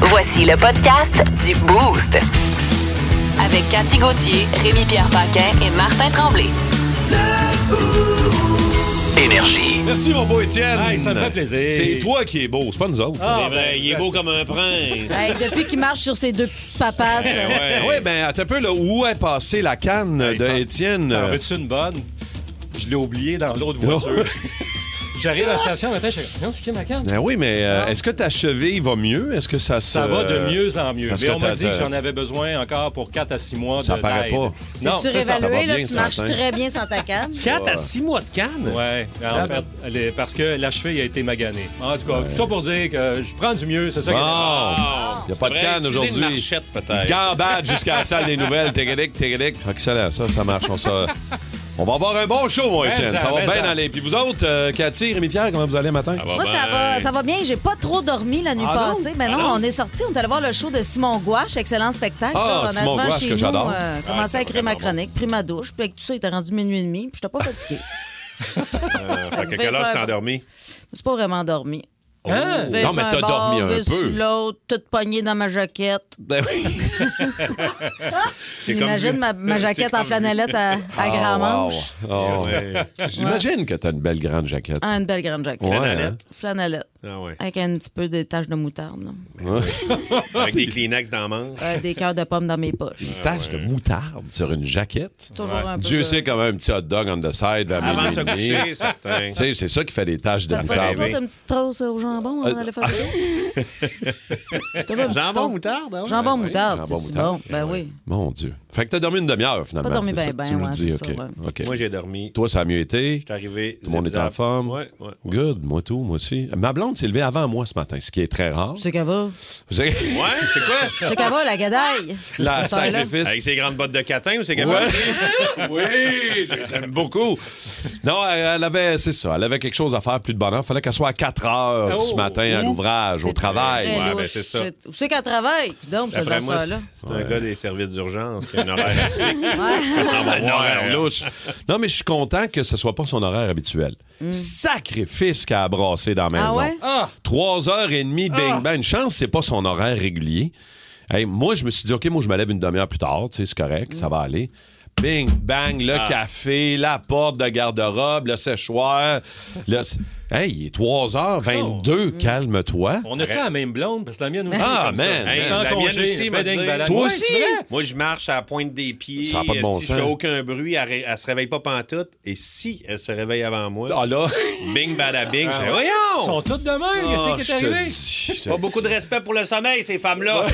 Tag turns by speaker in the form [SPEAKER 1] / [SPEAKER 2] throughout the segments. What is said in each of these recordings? [SPEAKER 1] Voici le podcast du Boost. Avec Cathy Gauthier, Rémi-Pierre Paquin et Martin Tremblay.
[SPEAKER 2] Énergie.
[SPEAKER 3] Merci, mon beau Étienne.
[SPEAKER 4] Hey, ça me fait plaisir.
[SPEAKER 3] C'est toi qui es beau, c'est pas nous autres.
[SPEAKER 4] Ah, ben, il est beau comme un prince.
[SPEAKER 5] Hey, depuis qu'il marche sur ses deux petites papates. euh,
[SPEAKER 3] Eh ouais. ouais, ben, attends un peu, là, où est passée la canne de
[SPEAKER 4] t'en-
[SPEAKER 3] Étienne? Oh.
[SPEAKER 4] T'en veux-tu une bonne? Je l'ai oubliée dans l'autre voiture. J'arrive à la station le matin, je fais Non, c'est qui ma carte?
[SPEAKER 3] Ben oui, mais euh, est-ce que ta cheville va mieux? Est-ce que ça se... euh,
[SPEAKER 4] Ça va
[SPEAKER 6] euh,
[SPEAKER 4] de mieux en mieux.
[SPEAKER 3] parce
[SPEAKER 4] Mais
[SPEAKER 3] que
[SPEAKER 4] on m'a
[SPEAKER 3] t'as-
[SPEAKER 4] dit que j'en avais besoin encore pour 4 à 6 mois
[SPEAKER 3] Ça
[SPEAKER 4] de
[SPEAKER 3] paraît
[SPEAKER 4] d'aide.
[SPEAKER 3] pas.
[SPEAKER 5] C'est
[SPEAKER 4] Non, ça, ça va
[SPEAKER 5] surévalué,
[SPEAKER 3] bien,
[SPEAKER 5] là, tu
[SPEAKER 3] ce
[SPEAKER 5] marches
[SPEAKER 3] matin.
[SPEAKER 5] très bien sans ta canne.
[SPEAKER 6] 4 à 6 mois de canne?
[SPEAKER 4] Ouais, en fait, les- parce que la cheville a été maganée. En tout cas, tout ça pour dire que je prends du mieux, c'est ça
[SPEAKER 3] Bon, il
[SPEAKER 4] qui est-
[SPEAKER 3] n'y a pas de
[SPEAKER 6] Faudrait
[SPEAKER 3] canne
[SPEAKER 6] utiliser Une
[SPEAKER 3] aujourd'hui.
[SPEAKER 6] marchette, peut-être.
[SPEAKER 3] Gambade jusqu'à la salle des nouvelles. Tégédic, tégédic. Excellent, ça, ça marche. On, sort- on va avoir un bon show, mon
[SPEAKER 4] Ben
[SPEAKER 3] Étienne.
[SPEAKER 4] ça,
[SPEAKER 3] Ça, va
[SPEAKER 4] ben
[SPEAKER 3] bien
[SPEAKER 4] ça.
[SPEAKER 3] aller. Puis vous autres, euh, Cathy, Rémi-Pierre, comment vous allez matin?
[SPEAKER 6] Ah, bah,
[SPEAKER 5] Moi, ça
[SPEAKER 6] ben.
[SPEAKER 5] va, ça va bien. J'ai pas trop dormi la nuit
[SPEAKER 4] Ah non?
[SPEAKER 5] passée. Mais non, on est sorti. On est allé voir le show de Simon Gouache. Excellent spectacle.
[SPEAKER 3] Ah,
[SPEAKER 5] Honnêtement,
[SPEAKER 3] Simon Gouache,
[SPEAKER 5] chez
[SPEAKER 3] que
[SPEAKER 5] nous,
[SPEAKER 3] j'adore.
[SPEAKER 5] euh,
[SPEAKER 6] Ah,
[SPEAKER 5] commencé
[SPEAKER 6] c'est
[SPEAKER 5] à écrire ma
[SPEAKER 6] vraiment
[SPEAKER 5] chronique, pris ma douche. Puis avec tout ça, il était rendu minuit et demi. Puis j'étais pas fatiguée.
[SPEAKER 6] Euh, fait que
[SPEAKER 5] Fais
[SPEAKER 6] quelle heure
[SPEAKER 5] ça.
[SPEAKER 6] tu t'es endormi?
[SPEAKER 5] C'est pas vraiment dormi.
[SPEAKER 4] Hein?
[SPEAKER 3] Ah!
[SPEAKER 5] Fais
[SPEAKER 3] non, mais t'as
[SPEAKER 5] sur bord,
[SPEAKER 3] dormi un
[SPEAKER 5] fais sur
[SPEAKER 3] peu.
[SPEAKER 5] l'autre, toute poignée dans ma jaquette.
[SPEAKER 3] Ben oui.
[SPEAKER 5] Tu
[SPEAKER 6] comme
[SPEAKER 5] imagines
[SPEAKER 6] vu.
[SPEAKER 5] ma, ma
[SPEAKER 6] C'est
[SPEAKER 5] jaquette en
[SPEAKER 6] comme vu.
[SPEAKER 5] flanellette à, à grand manche?
[SPEAKER 3] Oh, wow. Oh. J'imagine que t'as une belle grande jaquette.
[SPEAKER 5] Ah, une belle grande jaquette.
[SPEAKER 3] Ouais, hein?
[SPEAKER 6] Planalette.
[SPEAKER 5] Flanellette.
[SPEAKER 6] Ah ouais.
[SPEAKER 5] Avec un petit peu des taches de moutarde. là.
[SPEAKER 6] Avec des Kleenex dans la manche.
[SPEAKER 5] Euh, des cœurs de pommes dans mes
[SPEAKER 6] Ah,
[SPEAKER 5] poches.
[SPEAKER 3] Tache de moutarde sur une jaquette.
[SPEAKER 5] Toujours un peu
[SPEAKER 3] Dieu
[SPEAKER 5] de-
[SPEAKER 3] sait comment un petit hot dog on the side va
[SPEAKER 6] Avant de se coucher, certain.
[SPEAKER 3] Tu sais, c'est ça qui fait des taches de
[SPEAKER 5] Ça te
[SPEAKER 3] moutarde.
[SPEAKER 5] faisait
[SPEAKER 3] Euh,
[SPEAKER 5] toujours une petite toast au jambon hein, avant d'aller faire le tour? Toujours une petite
[SPEAKER 6] Jambon
[SPEAKER 5] toast.
[SPEAKER 6] moutarde, hein?
[SPEAKER 5] Jambon moutarde,
[SPEAKER 3] jambon
[SPEAKER 5] c'est si
[SPEAKER 3] moutarde.
[SPEAKER 5] bon. Ben oui.
[SPEAKER 3] Mon Dieu. Fait que t'as dormi une demi-heure, finalement.
[SPEAKER 5] Pas dormi
[SPEAKER 3] c'est
[SPEAKER 5] ben,
[SPEAKER 3] ça que
[SPEAKER 5] ben,
[SPEAKER 3] Tu me
[SPEAKER 5] ouais,
[SPEAKER 3] dis,
[SPEAKER 5] c'est
[SPEAKER 3] OK.
[SPEAKER 5] ça, ouais.
[SPEAKER 3] OK.
[SPEAKER 6] Moi, j'ai dormi.
[SPEAKER 3] Toi, ça a mieux été.
[SPEAKER 6] Je suis arrivé.
[SPEAKER 3] Tout le monde
[SPEAKER 6] zip
[SPEAKER 3] est en
[SPEAKER 6] zap.
[SPEAKER 3] forme.
[SPEAKER 6] Ouais, ouais. ouais.
[SPEAKER 3] Good, moi tout, moi aussi. Ma blonde s'est levée avant moi ce matin, ce qui est très rare.
[SPEAKER 5] Tu sais qu'elle va.
[SPEAKER 3] Vous savez,
[SPEAKER 6] Ouais, c'est
[SPEAKER 5] Tu
[SPEAKER 6] quoi?
[SPEAKER 5] sais qu'elle va, la gadaille.
[SPEAKER 3] Ah. la
[SPEAKER 5] Ça, là.
[SPEAKER 3] sacrifice.
[SPEAKER 6] Avec ses grandes bottes de catin ou ses
[SPEAKER 3] Ouais.
[SPEAKER 6] gabardines?
[SPEAKER 3] oui, j'aime beaucoup. Non, elle elle avait, c'est ça, elle avait quelque chose à faire plus de bonheur. fallait qu'elle soit à 4 heures ce
[SPEAKER 4] Oh.
[SPEAKER 3] matin à l'ouvrage, au
[SPEAKER 5] C'est
[SPEAKER 3] travail.
[SPEAKER 5] très
[SPEAKER 6] Ouais, ben,
[SPEAKER 5] louche.
[SPEAKER 6] c'est ça.
[SPEAKER 5] Où c'est qu'elle travaille? Donc, ce
[SPEAKER 6] D'après moi,
[SPEAKER 5] genre-là.
[SPEAKER 6] c'est c'est un gars des services d'urgence qui a un horaire atypique.
[SPEAKER 3] Ah, non,
[SPEAKER 6] hein.
[SPEAKER 3] non, louche. Non, mais je suis content que ce soit pas son horaire habituel. Sacrifice qu'elle a brassé dans la
[SPEAKER 5] Mm. Ah
[SPEAKER 3] maison.
[SPEAKER 5] ouais? Ah.
[SPEAKER 4] Ah!
[SPEAKER 3] Trois heures et demie, bing bang. Une chance, c'est pas son horaire régulier. Hey, moi, je me suis dit, OK, moi, je me lève une demi-heure plus tard, tu sais, c'est correct,
[SPEAKER 5] Mm.
[SPEAKER 3] ça va aller. Bing, bang, le
[SPEAKER 6] Ah.
[SPEAKER 3] café, la porte de garde-robe, le séchoir. Le... Hey, il est 3h22,
[SPEAKER 5] Oh.
[SPEAKER 3] calme-toi.
[SPEAKER 4] On a-tu la même blonde? Parce que la mienne aussi.
[SPEAKER 3] Ah,
[SPEAKER 4] est comme ça.
[SPEAKER 3] man,
[SPEAKER 4] Elle est
[SPEAKER 6] man.
[SPEAKER 4] en
[SPEAKER 6] La
[SPEAKER 4] congé,
[SPEAKER 6] mienne aussi, m'a
[SPEAKER 4] bedding
[SPEAKER 6] dit.
[SPEAKER 4] balade.
[SPEAKER 3] Toi
[SPEAKER 4] Ouais,
[SPEAKER 3] aussi?
[SPEAKER 4] c'est vrai.
[SPEAKER 6] Moi, je marche à la pointe des pieds.
[SPEAKER 3] Ça a pas de bon
[SPEAKER 6] si Je fais
[SPEAKER 3] sens.
[SPEAKER 6] aucun bruit. Elle, ré- elle se réveille pas pantoute. Et si elle se réveille avant moi,
[SPEAKER 3] Ah là,
[SPEAKER 6] bing, bada bing, je fais,
[SPEAKER 4] Ah Ils
[SPEAKER 6] voyons!
[SPEAKER 4] sont toutes de même, qu'est-ce qui est
[SPEAKER 3] Ah, je te
[SPEAKER 4] arrivé?
[SPEAKER 3] dis, je te
[SPEAKER 6] Pas beaucoup de respect pour le sommeil, ces femmes-là.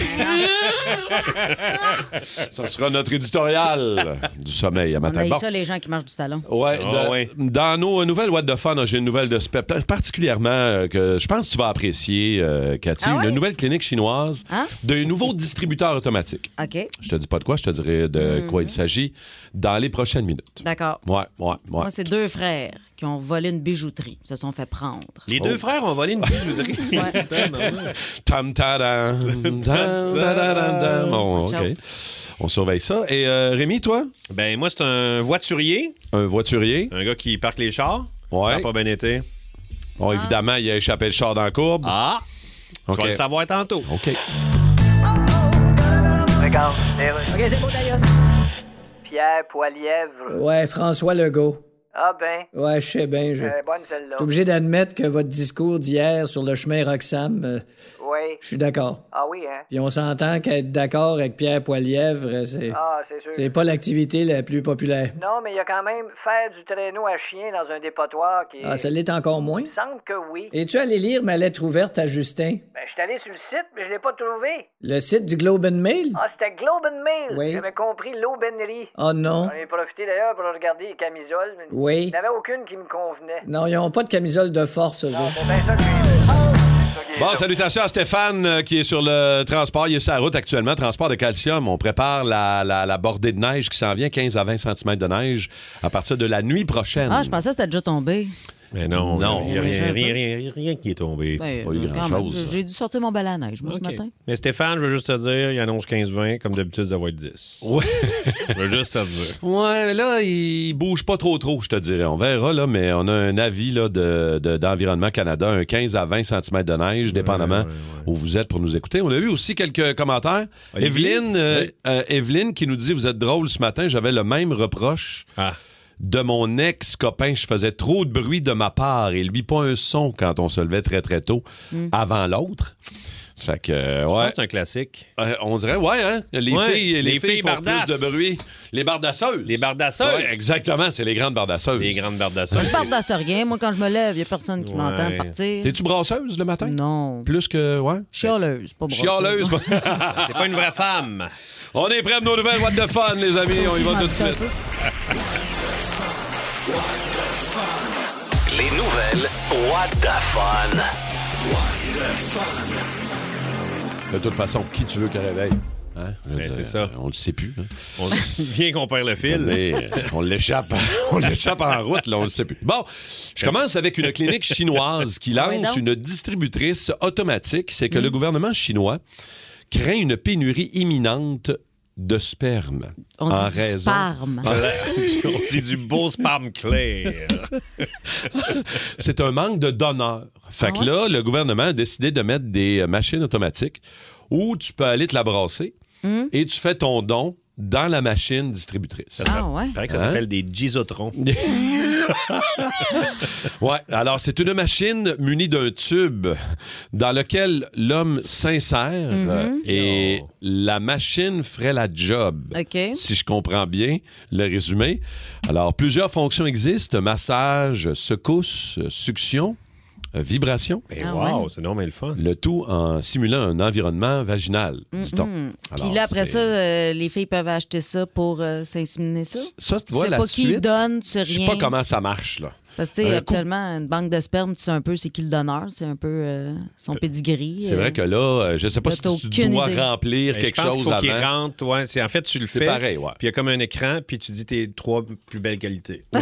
[SPEAKER 3] Ça sera notre éditorial du sommeil à
[SPEAKER 5] On a
[SPEAKER 3] matin. Oh.
[SPEAKER 5] eu
[SPEAKER 3] Bon.
[SPEAKER 5] ça, les gens qui marchent du talon.
[SPEAKER 3] Ouais,
[SPEAKER 6] Ah
[SPEAKER 3] de-
[SPEAKER 6] ouais.
[SPEAKER 3] Dans nos nouvelles What the Fun, j'ai une nouvelle de spectacle particulièrement euh, que je pense que tu vas apprécier, euh, Cathy.
[SPEAKER 5] Ah ouais?
[SPEAKER 3] Une nouvelle clinique chinoise
[SPEAKER 5] Hein?
[SPEAKER 3] d'un nouveau distributeur automatique.
[SPEAKER 5] OK,
[SPEAKER 3] Je te dis pas de quoi, je te dirai
[SPEAKER 5] Hmm.
[SPEAKER 3] de quoi il s'agit dans les prochaines minutes.
[SPEAKER 5] d'accord.
[SPEAKER 3] Ouais, ouais, ouais.
[SPEAKER 5] Ah. Moi, c'est deux frères qui ont volé une bijouterie, se sont fait prendre.
[SPEAKER 6] Les
[SPEAKER 3] Oh.
[SPEAKER 6] deux frères ont volé une bijouterie.
[SPEAKER 5] Ouais.
[SPEAKER 3] Tam tadam, tam tadadam. Bon, OK.
[SPEAKER 5] Ciao.
[SPEAKER 3] On surveille ça. Et euh, Rémi, toi,
[SPEAKER 6] Ben, moi, c'est un voiturier,
[SPEAKER 3] un voiturier.
[SPEAKER 6] un gars qui parque les chars.
[SPEAKER 3] Ouais.
[SPEAKER 6] Ça a pas bien été.
[SPEAKER 5] Ah.
[SPEAKER 3] Bon, évidemment, il a échappé le char dans la courbe.
[SPEAKER 6] Ah!
[SPEAKER 3] OK.
[SPEAKER 6] Tu vas le savoir tantôt.
[SPEAKER 3] OK.
[SPEAKER 7] Eh Pierre Poilièvre.
[SPEAKER 8] Ouais, François Legault.
[SPEAKER 7] Ah ben,
[SPEAKER 8] Ouais, je sais bien. Je...
[SPEAKER 7] euh,
[SPEAKER 8] je
[SPEAKER 7] bonne celle-là.
[SPEAKER 8] suis obligé d'admettre que votre discours d'hier sur le chemin Roxham, euh,
[SPEAKER 7] Oui.
[SPEAKER 8] je suis d'accord.
[SPEAKER 7] Ah oui, hein?
[SPEAKER 8] Puis on s'entend qu'être d'accord avec Pierre Poilièvre, euh, c'est
[SPEAKER 7] Ah, c'est sûr.
[SPEAKER 8] c'est pas l'activité la plus populaire.
[SPEAKER 7] Non, mais il y a quand même faire du traîneau à chien dans un dépotoir qui...
[SPEAKER 8] Ah, ça l'est encore moins.
[SPEAKER 7] Il me semble que oui.
[SPEAKER 8] Es-tu allé lire ma lettre ouverte à Justin?
[SPEAKER 7] Ben, je suis allé sur le site, mais je l'ai pas trouvé.
[SPEAKER 8] Le site du Globe and Mail?
[SPEAKER 7] Ah, c'était Globe and Mail.
[SPEAKER 8] Oui.
[SPEAKER 7] J'avais compris l'aubainerie.
[SPEAKER 8] Oh non.
[SPEAKER 7] J'en ai profité d'ailleurs pour regarder les camisoles, mais
[SPEAKER 8] Oui.
[SPEAKER 7] il n'y en avait aucune qui me convenait. ben,
[SPEAKER 8] Non, ils ont pas de camisole de force, eux autres.
[SPEAKER 7] Bon, ben ça, j'ai...
[SPEAKER 3] Bon, salutations à Stéphane euh, qui est sur le transport. Il est sur la route actuellement. Transport de calcium. On prépare la, la- la bordée de neige qui s'en vient, 15 à 20 cm de neige à partir de la nuit prochaine.
[SPEAKER 5] Ah, je pensais que c'était déjà tombé.
[SPEAKER 6] Mais non,
[SPEAKER 3] Non.
[SPEAKER 6] il n'y a
[SPEAKER 5] Mais
[SPEAKER 6] rien,
[SPEAKER 5] j'avais
[SPEAKER 6] rien,
[SPEAKER 5] pas-
[SPEAKER 6] rien, rien qui est tombé.
[SPEAKER 5] Ben,
[SPEAKER 3] pas eu
[SPEAKER 5] euh, quand
[SPEAKER 3] grand-chose,
[SPEAKER 5] même.
[SPEAKER 3] ça.
[SPEAKER 5] J'ai dû sortir mon balai à neige, moi,
[SPEAKER 6] OK.
[SPEAKER 5] ce matin.
[SPEAKER 6] Mais Stéphane, je veux juste te dire, il annonce 15-20, comme d'habitude, ça va être 10.
[SPEAKER 3] Ouais.
[SPEAKER 6] je veux juste te le dire.
[SPEAKER 3] Ouais, mais là, il bouge pas trop trop, je te dirais. On verra, là, mais on a un avis là, de- de- d'Environnement Canada, un 15 à 20 cm de neige, dépendamment où vous êtes pour nous écouter. On a eu aussi quelques commentaires.
[SPEAKER 6] Olivier?
[SPEAKER 3] Evelyne, euh, euh, Evelyne qui nous dit Vous êtes drôle ce matin, j'avais le même reproche.
[SPEAKER 6] Ah.
[SPEAKER 3] De mon ex-copain, je faisais trop de bruit de ma part. Il lui pas un son quand on se levait très très tôt
[SPEAKER 5] Mm.
[SPEAKER 3] avant l'autre. Fait que, euh,
[SPEAKER 6] Je pense
[SPEAKER 3] ouais.
[SPEAKER 6] que c'est un classique.
[SPEAKER 3] Euh, on dirait, ouais, hein? Les
[SPEAKER 6] Ouais,
[SPEAKER 3] filles, les
[SPEAKER 6] les
[SPEAKER 3] filles,
[SPEAKER 6] filles
[SPEAKER 3] font
[SPEAKER 6] bardasses.
[SPEAKER 3] plus de bruit. Les bardasseuses.
[SPEAKER 6] Les bardasseuses.
[SPEAKER 3] Ouais, exactement, c'est les grandes bardasseuses.
[SPEAKER 6] Les grandes
[SPEAKER 5] Moi,
[SPEAKER 6] bardasseuses.
[SPEAKER 5] je parle de rien. Moi, quand je me lève, il n'y a personne qui m'entend
[SPEAKER 6] Ouais.
[SPEAKER 5] partir.
[SPEAKER 3] T'es-tu brasseuse le matin?
[SPEAKER 5] Non.
[SPEAKER 3] Plus que, ouais?
[SPEAKER 5] Chialeuse, pas brosseuse.
[SPEAKER 3] Chialeuse.
[SPEAKER 6] T'es pas une vraie femme.
[SPEAKER 3] on est prêts pour nos nouvelles What the Fun, les amis.
[SPEAKER 5] Ça
[SPEAKER 3] On y
[SPEAKER 5] aussi,
[SPEAKER 3] va
[SPEAKER 5] je m'en
[SPEAKER 3] tout de
[SPEAKER 5] doutais un
[SPEAKER 3] suite.
[SPEAKER 5] peu.
[SPEAKER 9] Les nouvelles, what the fun.
[SPEAKER 3] De toute façon, qui tu veux qu'elle réveille? Hein? Je veux
[SPEAKER 6] Ben,
[SPEAKER 3] dire,
[SPEAKER 6] c'est ça.
[SPEAKER 3] On le sait plus. hein.
[SPEAKER 6] On vient qu'on perd le fil.
[SPEAKER 3] Mais euh, on l'échappe. on l'échappe en route, là, on le sait plus. Bon, je commence avec une clinique chinoise qui
[SPEAKER 5] Oui,
[SPEAKER 3] lance
[SPEAKER 5] donc. Mm.
[SPEAKER 3] une distributrice automatique. C'est que le gouvernement chinois craint une pénurie imminente de sperme.
[SPEAKER 5] On
[SPEAKER 3] en
[SPEAKER 5] dit du
[SPEAKER 3] raison...
[SPEAKER 5] sperme.
[SPEAKER 6] Ah. On dit du beau spam clair.
[SPEAKER 3] C'est un manque de donneurs. Fait
[SPEAKER 5] Ah
[SPEAKER 3] que là, le gouvernement a décidé de mettre des euh, machines automatiques où tu peux aller te la brasser
[SPEAKER 5] Hmm?
[SPEAKER 3] et tu fais ton don dans la machine distributrice.
[SPEAKER 5] Ah ouais?
[SPEAKER 6] Il paraît que ça
[SPEAKER 3] Hein?
[SPEAKER 6] s'appelle des gisotrons.
[SPEAKER 3] Ouais, alors c'est une machine munie d'un tube dans lequel l'homme s'insère euh,
[SPEAKER 5] Mhm.
[SPEAKER 3] et
[SPEAKER 6] Oh.
[SPEAKER 3] la machine ferait la job.
[SPEAKER 5] OK.
[SPEAKER 3] Si je comprends bien le résumé. Alors, plusieurs fonctions existent massage, secousse, succion, euh, vibration.
[SPEAKER 6] Ben
[SPEAKER 5] Ah
[SPEAKER 6] wow, c'est normal le fun.
[SPEAKER 3] Le tout en simulant un environnement vaginal, dit-on. Alors,
[SPEAKER 5] Puis là, après
[SPEAKER 3] c'est-
[SPEAKER 5] ça, euh, les filles peuvent acheter ça pour euh, s'inséminer ça.
[SPEAKER 3] ça, tu
[SPEAKER 5] Tu
[SPEAKER 3] vois,
[SPEAKER 5] sais
[SPEAKER 3] la
[SPEAKER 5] pas qui
[SPEAKER 3] suite,
[SPEAKER 5] donne, tu sais
[SPEAKER 3] Je sais
[SPEAKER 5] rien.
[SPEAKER 3] pas comment ça marche, là.
[SPEAKER 5] Parce que, tu sais,
[SPEAKER 3] Un
[SPEAKER 5] actuellement, une banque de sperme, tu sais un peu c'est qui le donneur, c'est un peu euh, son pedigree.
[SPEAKER 3] C'est
[SPEAKER 5] euh.
[SPEAKER 3] vrai que là, euh, je sais pas
[SPEAKER 5] Là,
[SPEAKER 3] si
[SPEAKER 5] t'as
[SPEAKER 3] tu
[SPEAKER 5] aucune
[SPEAKER 3] dois
[SPEAKER 5] idée.
[SPEAKER 3] remplir
[SPEAKER 6] Ben,
[SPEAKER 3] quelque
[SPEAKER 6] je pense
[SPEAKER 3] chose
[SPEAKER 6] qu'il faut
[SPEAKER 3] avant.
[SPEAKER 6] qu'il rentre. Ouais, c'est en fait tu le
[SPEAKER 3] C'est
[SPEAKER 6] fais.
[SPEAKER 3] pareil, ouais.
[SPEAKER 6] Puis il y a comme un écran, puis tu dis tes trois plus belles qualités.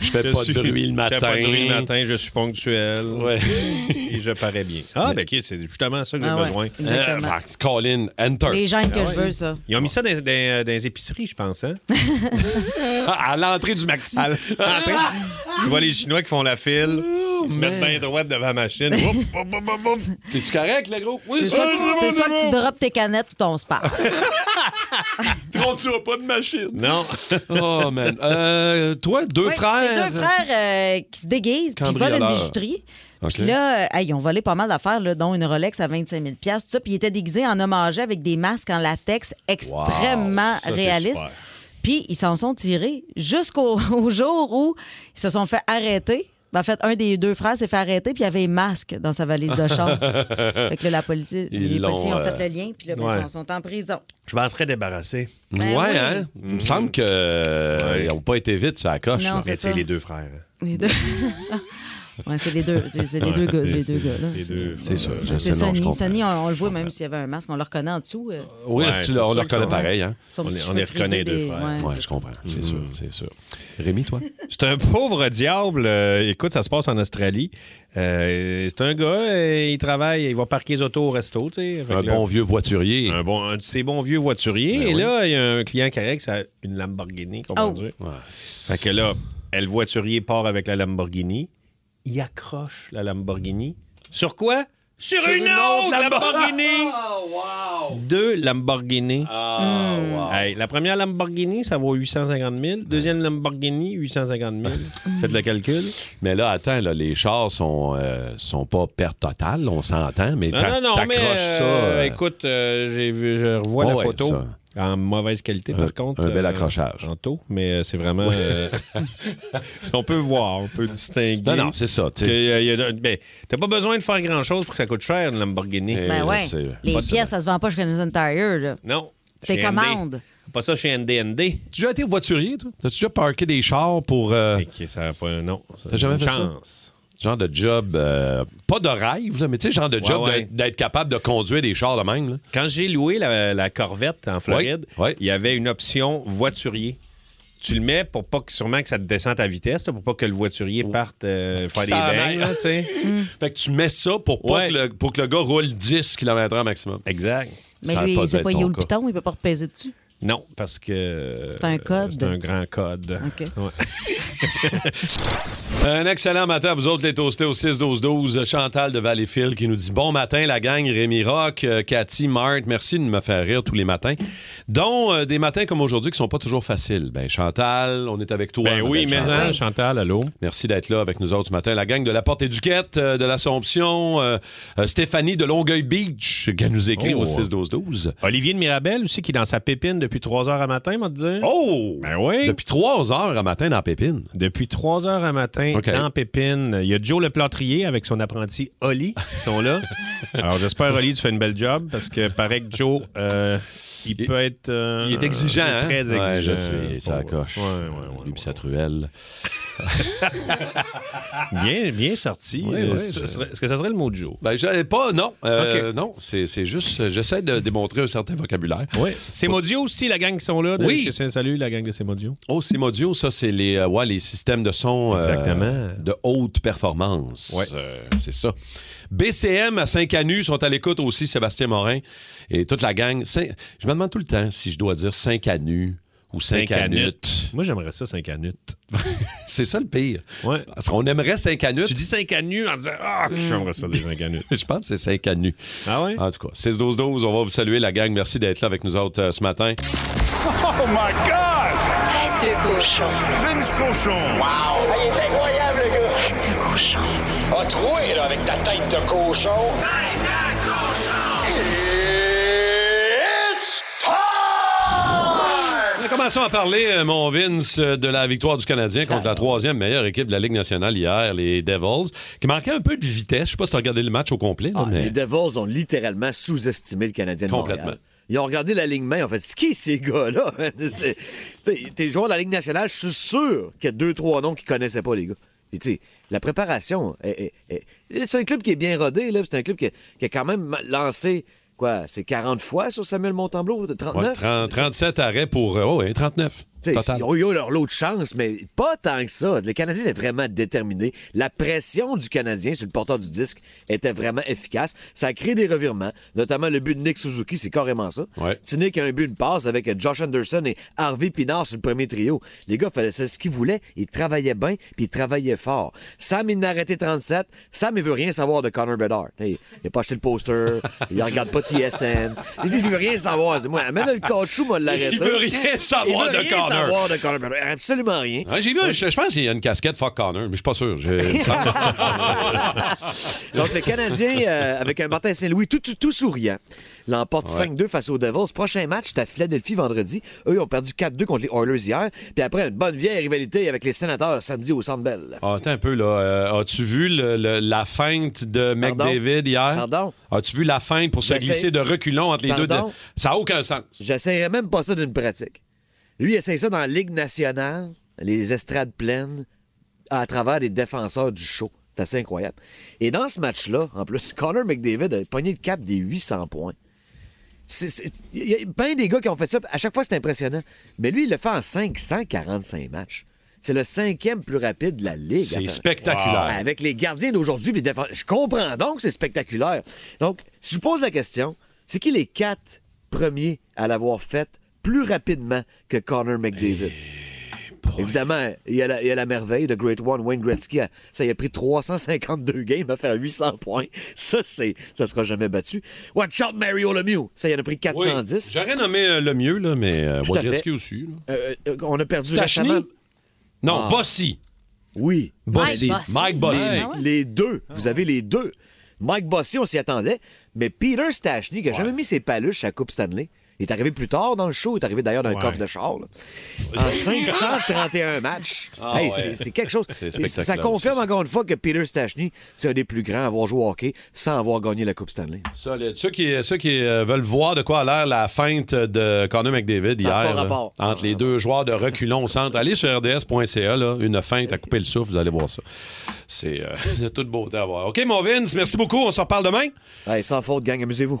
[SPEAKER 3] Je fais pas
[SPEAKER 6] suis-
[SPEAKER 3] de bruit le matin.
[SPEAKER 6] Je fais pas de bruit le matin, je suis ponctuel.
[SPEAKER 3] Ouais.
[SPEAKER 6] et je parais bien. Ah, ben OK, c'est justement ça que j'ai
[SPEAKER 5] Ah ouais,
[SPEAKER 6] besoin. Ah
[SPEAKER 3] Euh,
[SPEAKER 5] exactement.
[SPEAKER 3] Marc, call in, enter.
[SPEAKER 5] Les gens que je veux, ça.
[SPEAKER 6] Ils ont mis ça dans, dans- dans les épiceries, je pense. Hein?
[SPEAKER 3] Ah, à l'entrée du maxi.
[SPEAKER 6] À l- Ah, tu vois les Chinois qui font la file, ils se mettent bien droite devant la machine. Oups, oups, oups, oups, oups.
[SPEAKER 3] Es-tu correct, le gros? Oui,
[SPEAKER 5] C'est soit, que- c'est soit que tu droppes tes canettes ou ton sperme.
[SPEAKER 3] pas de machine.
[SPEAKER 6] Non.
[SPEAKER 3] Oh, man. Euh, toi, deux
[SPEAKER 5] Ouais,
[SPEAKER 3] frères.
[SPEAKER 5] C'est deux frères euh, qui se déguisent, qui volent une
[SPEAKER 3] Cambrioleurs.
[SPEAKER 5] bijouterie.
[SPEAKER 3] OK.
[SPEAKER 5] Puis là, euh, hey, ils ont volé pas mal d'affaires, là, dont une Rolex à 25 000 tout ça. Puis ils étaient déguisés en homme âgé avec des masques en latex extrêmement
[SPEAKER 6] ça, c'est
[SPEAKER 5] réalistes.
[SPEAKER 6] super.
[SPEAKER 5] Puis ils s'en sont tirés jusqu'au au jour où ils se sont fait arrêter. Ben, en fait, un des deux frères s'est fait arrêter, puis il y avait un masque dans sa valise de chambre. fait que là, la police,
[SPEAKER 3] Ils
[SPEAKER 5] les policiers
[SPEAKER 3] l'ont,
[SPEAKER 5] ont fait
[SPEAKER 3] euh,
[SPEAKER 5] le lien, puis là, ben,
[SPEAKER 6] ouais.
[SPEAKER 5] ils sont- sont en prison.
[SPEAKER 6] Je m'en serais débarrassé.
[SPEAKER 3] Ouais,
[SPEAKER 5] Ben oui.
[SPEAKER 3] hein? Il me semble qu'ils n'ont pas été vite sur la coche.
[SPEAKER 5] Non,
[SPEAKER 3] là.
[SPEAKER 5] C'est
[SPEAKER 6] Mais c'est
[SPEAKER 5] ça.
[SPEAKER 6] les deux frères. hein.
[SPEAKER 5] Les deux. ouais, c'est les deux. C'est c'est les deux gars. Les deux gars là.
[SPEAKER 6] Les deux.
[SPEAKER 3] C'est ça. je sais,
[SPEAKER 5] C'est
[SPEAKER 3] non, je
[SPEAKER 5] Sony.
[SPEAKER 3] comprends.
[SPEAKER 5] Sony, on, on le voit même s'il y avait un masque, on le reconnaît en dessous. euh,
[SPEAKER 3] Oui,
[SPEAKER 6] Ouais,
[SPEAKER 3] tu-
[SPEAKER 6] c'est
[SPEAKER 3] on
[SPEAKER 6] sûr
[SPEAKER 3] le
[SPEAKER 6] qu'ils
[SPEAKER 3] reconnaît
[SPEAKER 6] sont-
[SPEAKER 3] pareil, hein?
[SPEAKER 5] son
[SPEAKER 6] On
[SPEAKER 5] petit
[SPEAKER 6] est- on
[SPEAKER 5] cheveu
[SPEAKER 6] les reconnaît,
[SPEAKER 5] frisé
[SPEAKER 6] les deux
[SPEAKER 5] des-
[SPEAKER 6] frères. Mm.
[SPEAKER 5] ouais,
[SPEAKER 3] Ouais,
[SPEAKER 5] c'est
[SPEAKER 3] je
[SPEAKER 5] ça.
[SPEAKER 3] comprends. C'est sûr, c'est sûr. Rémi, toi?
[SPEAKER 6] C'est un pauvre diable. Euh, écoute, ça se passe en Australie. Euh, c'est un gars, euh, il travaille, il va parquer les autos au resto. tu sais. Fait
[SPEAKER 3] Un
[SPEAKER 6] que là,
[SPEAKER 3] bon vieux voiturier.
[SPEAKER 6] un bon, un de ces bons vieux voituriers.
[SPEAKER 3] Ben
[SPEAKER 6] et
[SPEAKER 3] oui.
[SPEAKER 6] là, il y a un client qui arrive, ça a une Lamborghini, comprends-tu?
[SPEAKER 3] Ouais.
[SPEAKER 6] Fait que là, le voiturier part avec la Lamborghini. Il accroche la Lamborghini. Sur quoi? Sur, une, autre Oh, Lamborghini! Deux Lamborghini. Hmm. Hey, la première Lamborghini, ça vaut 850 000. Deuxième Lamborghini, 850 000. Faites le calcul.
[SPEAKER 3] Mais là, attends, là, les chars sont, euh, sont pas perte totale, on s'entend, mais t'a-
[SPEAKER 6] Non, non, non, mais
[SPEAKER 3] t'accroches ça.
[SPEAKER 6] euh,
[SPEAKER 3] euh,
[SPEAKER 6] écoute, euh, j'ai vu, je revois
[SPEAKER 3] Ouais,
[SPEAKER 6] la
[SPEAKER 3] ouais,
[SPEAKER 6] photo.
[SPEAKER 3] ça.
[SPEAKER 6] En mauvaise qualité,
[SPEAKER 3] Un-
[SPEAKER 6] par contre. euh,
[SPEAKER 3] un bel accrochage.
[SPEAKER 6] En taux, mais euh, c'est vraiment... euh, on peut voir, on peut distinguer.
[SPEAKER 3] Non, non, c'est ça. tu
[SPEAKER 6] Que,
[SPEAKER 3] sais.
[SPEAKER 6] euh, y a- ben, t'as pas besoin de faire grand-chose pour que ça coûte cher, une Lamborghini.
[SPEAKER 3] Eh,
[SPEAKER 5] Ben
[SPEAKER 3] je
[SPEAKER 5] ouais.
[SPEAKER 3] sais.
[SPEAKER 5] Les
[SPEAKER 3] Pas de-
[SPEAKER 5] pièces, ça se vend pas chez Canadian Tire. Là.
[SPEAKER 6] Non.
[SPEAKER 5] Tes
[SPEAKER 6] chez ND.
[SPEAKER 5] commandes.
[SPEAKER 6] Pas ça chez NDND.
[SPEAKER 3] Tu as déjà été voiturier, toi? T'as-tu déjà parqué des chars pour. euh,
[SPEAKER 6] Ok, ça n'a pas un nom.
[SPEAKER 3] jamais
[SPEAKER 6] Une
[SPEAKER 3] fait ça?
[SPEAKER 6] chance.
[SPEAKER 3] Genre de job, euh, pas de rêve, là, mais tu sais, genre de
[SPEAKER 6] Ouais,
[SPEAKER 3] job de-
[SPEAKER 6] ouais.
[SPEAKER 3] d'être capable de conduire des chars de même. là.
[SPEAKER 6] Quand j'ai loué la, la Corvette en Floride, il y avait une option voiturier. Tu le mets pour pas que sûrement que ça te descende ta vitesse, là, pour pas que le voiturier parte euh, faire des
[SPEAKER 3] Ça
[SPEAKER 6] bangs,
[SPEAKER 3] aille.
[SPEAKER 6] là, tu sais.
[SPEAKER 3] Fait que tu mets ça pour pas
[SPEAKER 6] Mm. Ouais.
[SPEAKER 3] que le, pour que le gars roule 10 km h maximum.
[SPEAKER 6] Exact.
[SPEAKER 5] Mais lui, il sait pas où le piton, il peut pas repaiser dessus.
[SPEAKER 6] Non, parce que.
[SPEAKER 5] C'est un
[SPEAKER 6] euh,
[SPEAKER 5] code.
[SPEAKER 6] C'est un grand code.
[SPEAKER 5] OK.
[SPEAKER 3] Un excellent matin à vous autres, les toastés au 6-12-12. Chantal de Valleyfield qui nous dit Bon matin, la gang, Rémi Rock, euh, Cathy, Marthe, merci de me faire rire tous les matins. Dont euh, des matins comme aujourd'hui qui sont pas toujours faciles. Ben, Chantal, on est avec toi.
[SPEAKER 6] Ben
[SPEAKER 3] madame
[SPEAKER 6] oui, mais
[SPEAKER 3] Chantal.
[SPEAKER 6] en, Chantal, allô?
[SPEAKER 3] Merci d'être là avec nous autres ce matin. La gang de la Porte Éduquette, euh, de l'Assomption, euh, euh, Stéphanie de Longueuil Beach, qui nous écrit
[SPEAKER 6] Oh.
[SPEAKER 3] au 6-12-12.
[SPEAKER 6] Olivier de Mirabel aussi, qui est dans sa pépine depuis 3 heures à matin, m'a dit.
[SPEAKER 3] Oh!
[SPEAKER 6] Ben oui.
[SPEAKER 3] Depuis 3 heures à matin dans Pépine.
[SPEAKER 6] Depuis 3 heures à matin,
[SPEAKER 3] OK.
[SPEAKER 6] dans Pépine, il y a Joe le plâtrier avec son apprenti Oli qui sont là. Alors j'espère, Oli, tu fais une belle job parce que paraît que Joe, euh, il, peut être. euh,
[SPEAKER 3] Il est exigeant,
[SPEAKER 6] il est
[SPEAKER 3] hein?
[SPEAKER 6] Très
[SPEAKER 3] Ouais,
[SPEAKER 6] exigeant.
[SPEAKER 3] je sais, ça coche.
[SPEAKER 6] Ouais, ouais, ouais.
[SPEAKER 3] Lui pis sa truelle.
[SPEAKER 6] Bien, bien sorti.
[SPEAKER 3] Ouais,
[SPEAKER 6] Euh,
[SPEAKER 3] ouais,
[SPEAKER 6] ce
[SPEAKER 3] je-
[SPEAKER 6] serait- Est-ce que ça serait le mot de Joe?
[SPEAKER 3] Ben, j'avais pas, non. Euh, Non, c'est c'est juste, euh, j'essaie de démontrer un certain vocabulaire.
[SPEAKER 6] Oui. C'est Modio aussi, la gang qui sont là. de
[SPEAKER 3] Oui.
[SPEAKER 6] chez Saint- Salut, la gang de C'est Modio.
[SPEAKER 3] Oh, c'est Modio, ça, c'est les, euh, ouais, les systèmes de son euh,
[SPEAKER 6] Exactement.
[SPEAKER 3] de haute performance.
[SPEAKER 6] Ouais.
[SPEAKER 3] Euh, c'est ça. BCM à Saint-Canu sont à l'écoute aussi, Sébastien Morin et toute la gang. Saint- je me demande tout le temps si je dois dire Saint-Canu ou Saint-Canut.
[SPEAKER 6] Moi, j'aimerais ça, 5 canutes.
[SPEAKER 3] C'est ça le pire.
[SPEAKER 6] Ouais.
[SPEAKER 3] C'est parce qu'on aimerait Saint-Canut.
[SPEAKER 6] Tu dis 5 canutes en disant Ah, j'aimerais ça, des 5 canutes.
[SPEAKER 3] Je pense que c'est Saint-Canu.
[SPEAKER 6] Ah ouais?
[SPEAKER 3] En tout cas, 6-12-12, on va vous saluer, la gang. Merci d'être là avec nous autres euh, ce matin.
[SPEAKER 10] Oh
[SPEAKER 1] Tête de cochon.
[SPEAKER 9] Wow!
[SPEAKER 7] Ah, il est incroyable, le gars!
[SPEAKER 1] Tête de cochon.
[SPEAKER 9] A troué, là, avec ta tête de cochon. Tête de cochon! It's time!
[SPEAKER 3] Nous commençons à parler, euh, mon Vince, euh, de la victoire du Canadien contre la troisième meilleure équipe de la Ligue nationale hier, les Devils, qui manquait un peu de vitesse. Je sais pas si tu as regardé le match au complet, là,
[SPEAKER 2] Ah,
[SPEAKER 3] mais
[SPEAKER 2] Les Devils ont littéralement sous-estimé le Canadien de
[SPEAKER 3] Complètement.
[SPEAKER 2] Montréal. Ils ont regardé la ligne main, en fait, c'est qui ces gars-là? C'est- t'sais, T'es joueur de la Ligue nationale, je suis sûr qu'il y a deux, trois noms qu'ils connaissaient pas, les gars. Puis, tu sais, la préparation, est- est- est- c'est un club qui est bien rodé, là. puis c'est un club qui a, qui a quand même lancé, quoi, c'est 40 fois sur Samuel Montembeau, de
[SPEAKER 3] ouais,
[SPEAKER 2] 39?
[SPEAKER 3] 30 37 arrêts pour euh, oh, ouais, 39.
[SPEAKER 2] T'sais,
[SPEAKER 3] Total.
[SPEAKER 2] Ils ont eu leur lot de chance, mais pas tant que ça. Le Canadien est vraiment déterminé. La pression du Canadien sur le porteur du disque était vraiment efficace. Ça a créé des revirements, notamment le but de Nick Suzuki, c'est carrément ça.
[SPEAKER 3] Ouais.
[SPEAKER 2] Nick a un but de passe avec Josh Anderson et Harvey Pinard sur le premier trio. Les gars faisaient ce qu'ils voulaient. Ils travaillaient bien, puis ils travaillaient fort. Sam, il n'a arrêté 37. Sam, il veut rien savoir de Connor Bedard. Hey, il n'a pas acheté le poster. il regarde pas TSN. Il dit, il veut rien savoir. Dis-moi, amène le caoutchouc, moi, de l'arrêter.
[SPEAKER 3] Il veut rien savoir
[SPEAKER 2] Il veut rien
[SPEAKER 3] de Connor.
[SPEAKER 2] savoir de Connor Bedard. Absolument rien.
[SPEAKER 3] Ouais, J'ai vu, un- je je pense qu'il y a une casquette fuck Connor, mais je suis pas sûr. J'ai- il me semble.
[SPEAKER 2] Donc, le Canadien, euh, avec un Martin Saint-Louis tout, tout, tout souriant, l'emporte 5-2 face aux Devils. Prochain match, c'est à Philadelphie vendredi. Eux, ils ont perdu 4-2 contre les Oilers hier. Puis après, une bonne vieille rivalité avec les Sénateurs samedi au Centre Bell.
[SPEAKER 3] Ah, attends un peu, là. Euh, As-tu vu le- le- la feinte de
[SPEAKER 2] Pardon?
[SPEAKER 3] McDavid hier?
[SPEAKER 2] Pardon?
[SPEAKER 3] As-tu vu la feinte pour se
[SPEAKER 2] J'essaie.
[SPEAKER 3] glisser de reculons entre les deux?
[SPEAKER 2] Pardon?
[SPEAKER 3] de- Ça n'a aucun sens.
[SPEAKER 2] J'essayerais même pas ça d'une pratique. Lui, il essaye ça dans la Ligue nationale, les estrades pleines, à travers les défenseurs du show. C'est assez incroyable. Et dans ce match-là, en plus, Connor McDavid a pogné le cap des 800 points. C'est- c'est- Il y a bien des gars qui ont fait ça. À chaque fois, c'est impressionnant. Mais lui, il le fait en 545 matchs. C'est le cinquième plus rapide de la Ligue.
[SPEAKER 3] C'est
[SPEAKER 2] Attends.
[SPEAKER 3] spectaculaire.
[SPEAKER 2] Ouais, Avec les gardiens d'aujourd'hui, puis les défenseurs. Je comprends donc que c'est spectaculaire. Donc, si je vous pose la question, c'est qui les quatre premiers à l'avoir fait plus rapidement que Connor McDavid?
[SPEAKER 3] Eh,
[SPEAKER 2] Évidemment, il y, a la, il y a la merveille de Great One, Wayne Gretzky. a- Ça y a pris 352 games à faire 800 points. Ça, c'est, ça sera jamais battu. Watch out, Mario Lemieux. Ça, il en a pris
[SPEAKER 3] Oui.
[SPEAKER 2] 410.
[SPEAKER 3] J'aurais nommé euh, le mieux, là, mais euh,
[SPEAKER 2] Tout à fait.
[SPEAKER 3] Wojcicki aussi. là.
[SPEAKER 2] Euh, euh, on a perdu
[SPEAKER 3] Stachny?
[SPEAKER 2] récemment.
[SPEAKER 3] Non,
[SPEAKER 2] Ah.
[SPEAKER 3] Bossy.
[SPEAKER 2] Oui.
[SPEAKER 3] Bossy.
[SPEAKER 5] Bossy.
[SPEAKER 3] Mike Bossy.
[SPEAKER 5] Ah ouais?
[SPEAKER 2] Les deux. Vous avez les deux. Mike Bossy, on s'y attendait. Mais Peter Stachny, qui n'a jamais mis ses paluches à Coupe Stanley, Il est arrivé plus tard dans le show. Il est arrivé d'ailleurs dans un
[SPEAKER 3] Ouais.
[SPEAKER 2] coffre de char. là. En 531 matchs.
[SPEAKER 3] Ah
[SPEAKER 2] Hey,
[SPEAKER 3] ouais.
[SPEAKER 2] c'est- C'est quelque chose.
[SPEAKER 3] C'est
[SPEAKER 2] Et Ça
[SPEAKER 3] spectaculaire,
[SPEAKER 2] confirme encore une fois que Peter Stachny, c'est un des plus grands à avoir joué au hockey sans avoir gagné la Coupe Stanley.
[SPEAKER 3] Solide. Ceux qui, ceux qui euh, veulent voir de quoi a l'air la feinte de Connor McDavid hier,
[SPEAKER 2] pas
[SPEAKER 3] là,
[SPEAKER 2] rapport.
[SPEAKER 3] entre les deux joueurs de reculons au centre, allez sur rds.ca, là, une feinte à couper le souffle, vous allez voir ça. C'est euh, de toute beauté à voir. OK, mon Vince, merci beaucoup. On se reparle demain.
[SPEAKER 2] sans faute, gang, amusez-vous.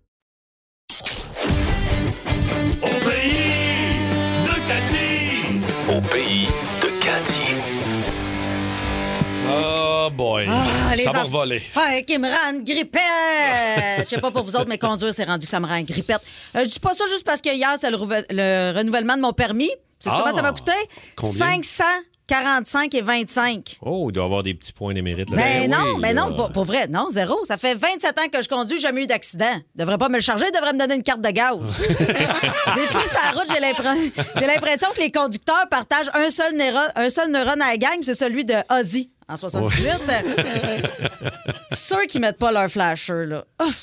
[SPEAKER 10] Au pays de Cathy. Au pays de Cathy.
[SPEAKER 3] Oh boy.
[SPEAKER 5] Ah, les
[SPEAKER 3] ça va
[SPEAKER 5] aff-
[SPEAKER 3] voler.
[SPEAKER 5] Faire qui me rend une grippette! Je sais pas pour vous autres, mais conduire, c'est rendu que ça me rend une grippette. Euh, je dis pas ça juste parce que hier, c'est le, rouve- le renouvellement de mon permis. C'est
[SPEAKER 6] Ah!
[SPEAKER 5] comment ça m'a coûté?
[SPEAKER 6] Combien?
[SPEAKER 5] 545 et 25.
[SPEAKER 6] Oh, il doit avoir des petits points d'émérite là
[SPEAKER 3] Eh
[SPEAKER 5] Ben, non, ben non, pour, pour vrai, non, zéro. Ça fait 27 ans que je conduis, j'ai jamais eu d'accident. Devrait pas me le charger, devrait me donner une carte de gaz. Des fois, sur la route, j'ai l'impre- j'ai l'impression que les conducteurs partagent un seul, néro- un seul neurone à la gang, c'est celui de Ozzy en 78. Ceux qui mettent pas leur flasher, là. Ouf!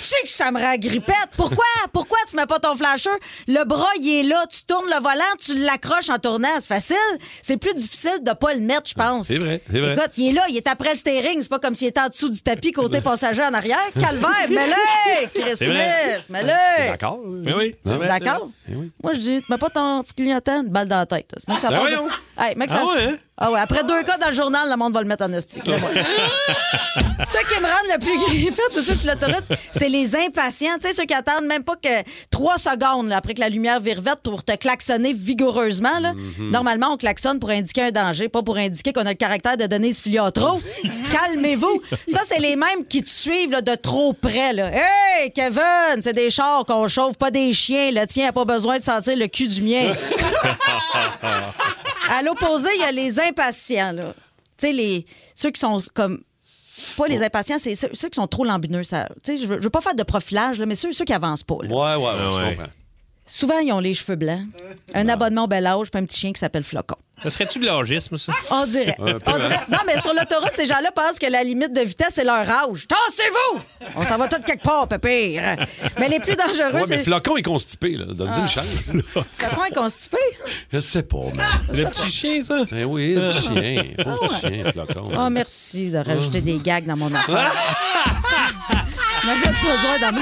[SPEAKER 5] Tu sais que ça me rend grippette. Pourquoi? Pourquoi tu mets pas ton flasher? Le bras, il est là. Tu tournes le volant, tu l'accroches en tournant. C'est facile. C'est plus difficile de pas le mettre, je pense.
[SPEAKER 3] C'est vrai, c'est vrai.
[SPEAKER 5] Écoute, il est là. Il est après le steering. C'est pas comme s'il était en dessous du tapis côté passager en arrière. Calvaire, mets-le!
[SPEAKER 3] C'est
[SPEAKER 5] Christmas,
[SPEAKER 3] vrai.
[SPEAKER 5] mets-le!
[SPEAKER 3] D'accord.
[SPEAKER 6] Mais oui.
[SPEAKER 5] Tu es d'accord? Moi, je dis, tu mets pas ton clientèle une balle dans la tête. C'est pas que ça
[SPEAKER 6] Ben
[SPEAKER 5] passe-
[SPEAKER 6] voyons.
[SPEAKER 5] Hey, mec, ça-
[SPEAKER 6] Ah ouais, hein?
[SPEAKER 5] Ah ouais, Après deux cas dans le journal, le monde va le mettre en esti. Crée-moi. ceux qui me rendent le plus grippette aussi sur l'autoroute, c'est les impatients. Tu sais, ceux qui attendent même pas que trois secondes là, après que la lumière vire verte pour te klaxonner vigoureusement. là.
[SPEAKER 11] Mhm.
[SPEAKER 5] Normalement, on klaxonne pour indiquer un danger, pas pour indiquer qu'on a le caractère de Denise Filiatro. Calmez-vous. Ça, c'est les mêmes qui te suivent là, de trop près. Là. Hey, Kevin, c'est des chars qu'on chauffe, pas des chiens. Le tien n'a pas besoin de sentir le cul du mien. À l'opposé, il y a les impatients, là. Tu sais, les... ceux qui sont comme. Pas les impatients, c'est ceux, ceux qui sont trop lambineux. Ça... Tu sais, je veux, je veux pas faire de profilage, là, mais ceux, ceux qui avancent pas. là.
[SPEAKER 3] Ouais, ouais, ouais,
[SPEAKER 12] Ah
[SPEAKER 2] Ah
[SPEAKER 3] je comprends. Ah.
[SPEAKER 5] Souvent, ils ont les cheveux blancs, un abonnement au bel âge, puis un petit chien qui s'appelle Flocon.
[SPEAKER 6] Ça serait-tu de l'orgisme, ça?
[SPEAKER 5] On dirait.
[SPEAKER 6] Un peu,
[SPEAKER 5] On dirait-
[SPEAKER 6] hein?
[SPEAKER 5] Non, mais sur l'autoroute, ces gens-là pensent que la limite de vitesse, c'est leur âge. Tassez-vous! On s'en va tous quelque part, pas pire. Mais les plus dangereux,
[SPEAKER 3] Ouais, mais
[SPEAKER 5] c'est.
[SPEAKER 3] Flocon est constipé, là. Donne-lui
[SPEAKER 5] Ah.
[SPEAKER 3] une chance.
[SPEAKER 5] Flocon est constipé.
[SPEAKER 3] Je sais pas, man.
[SPEAKER 5] Le petit
[SPEAKER 6] chien, ça?
[SPEAKER 3] Ben oui, le petit chien. Pauvre
[SPEAKER 5] Ah ouais.
[SPEAKER 3] petit chien, Flocon.
[SPEAKER 5] Oh, merci de rajouter des gags dans mon affaire.
[SPEAKER 3] Ah.
[SPEAKER 5] On avait besoin d'un.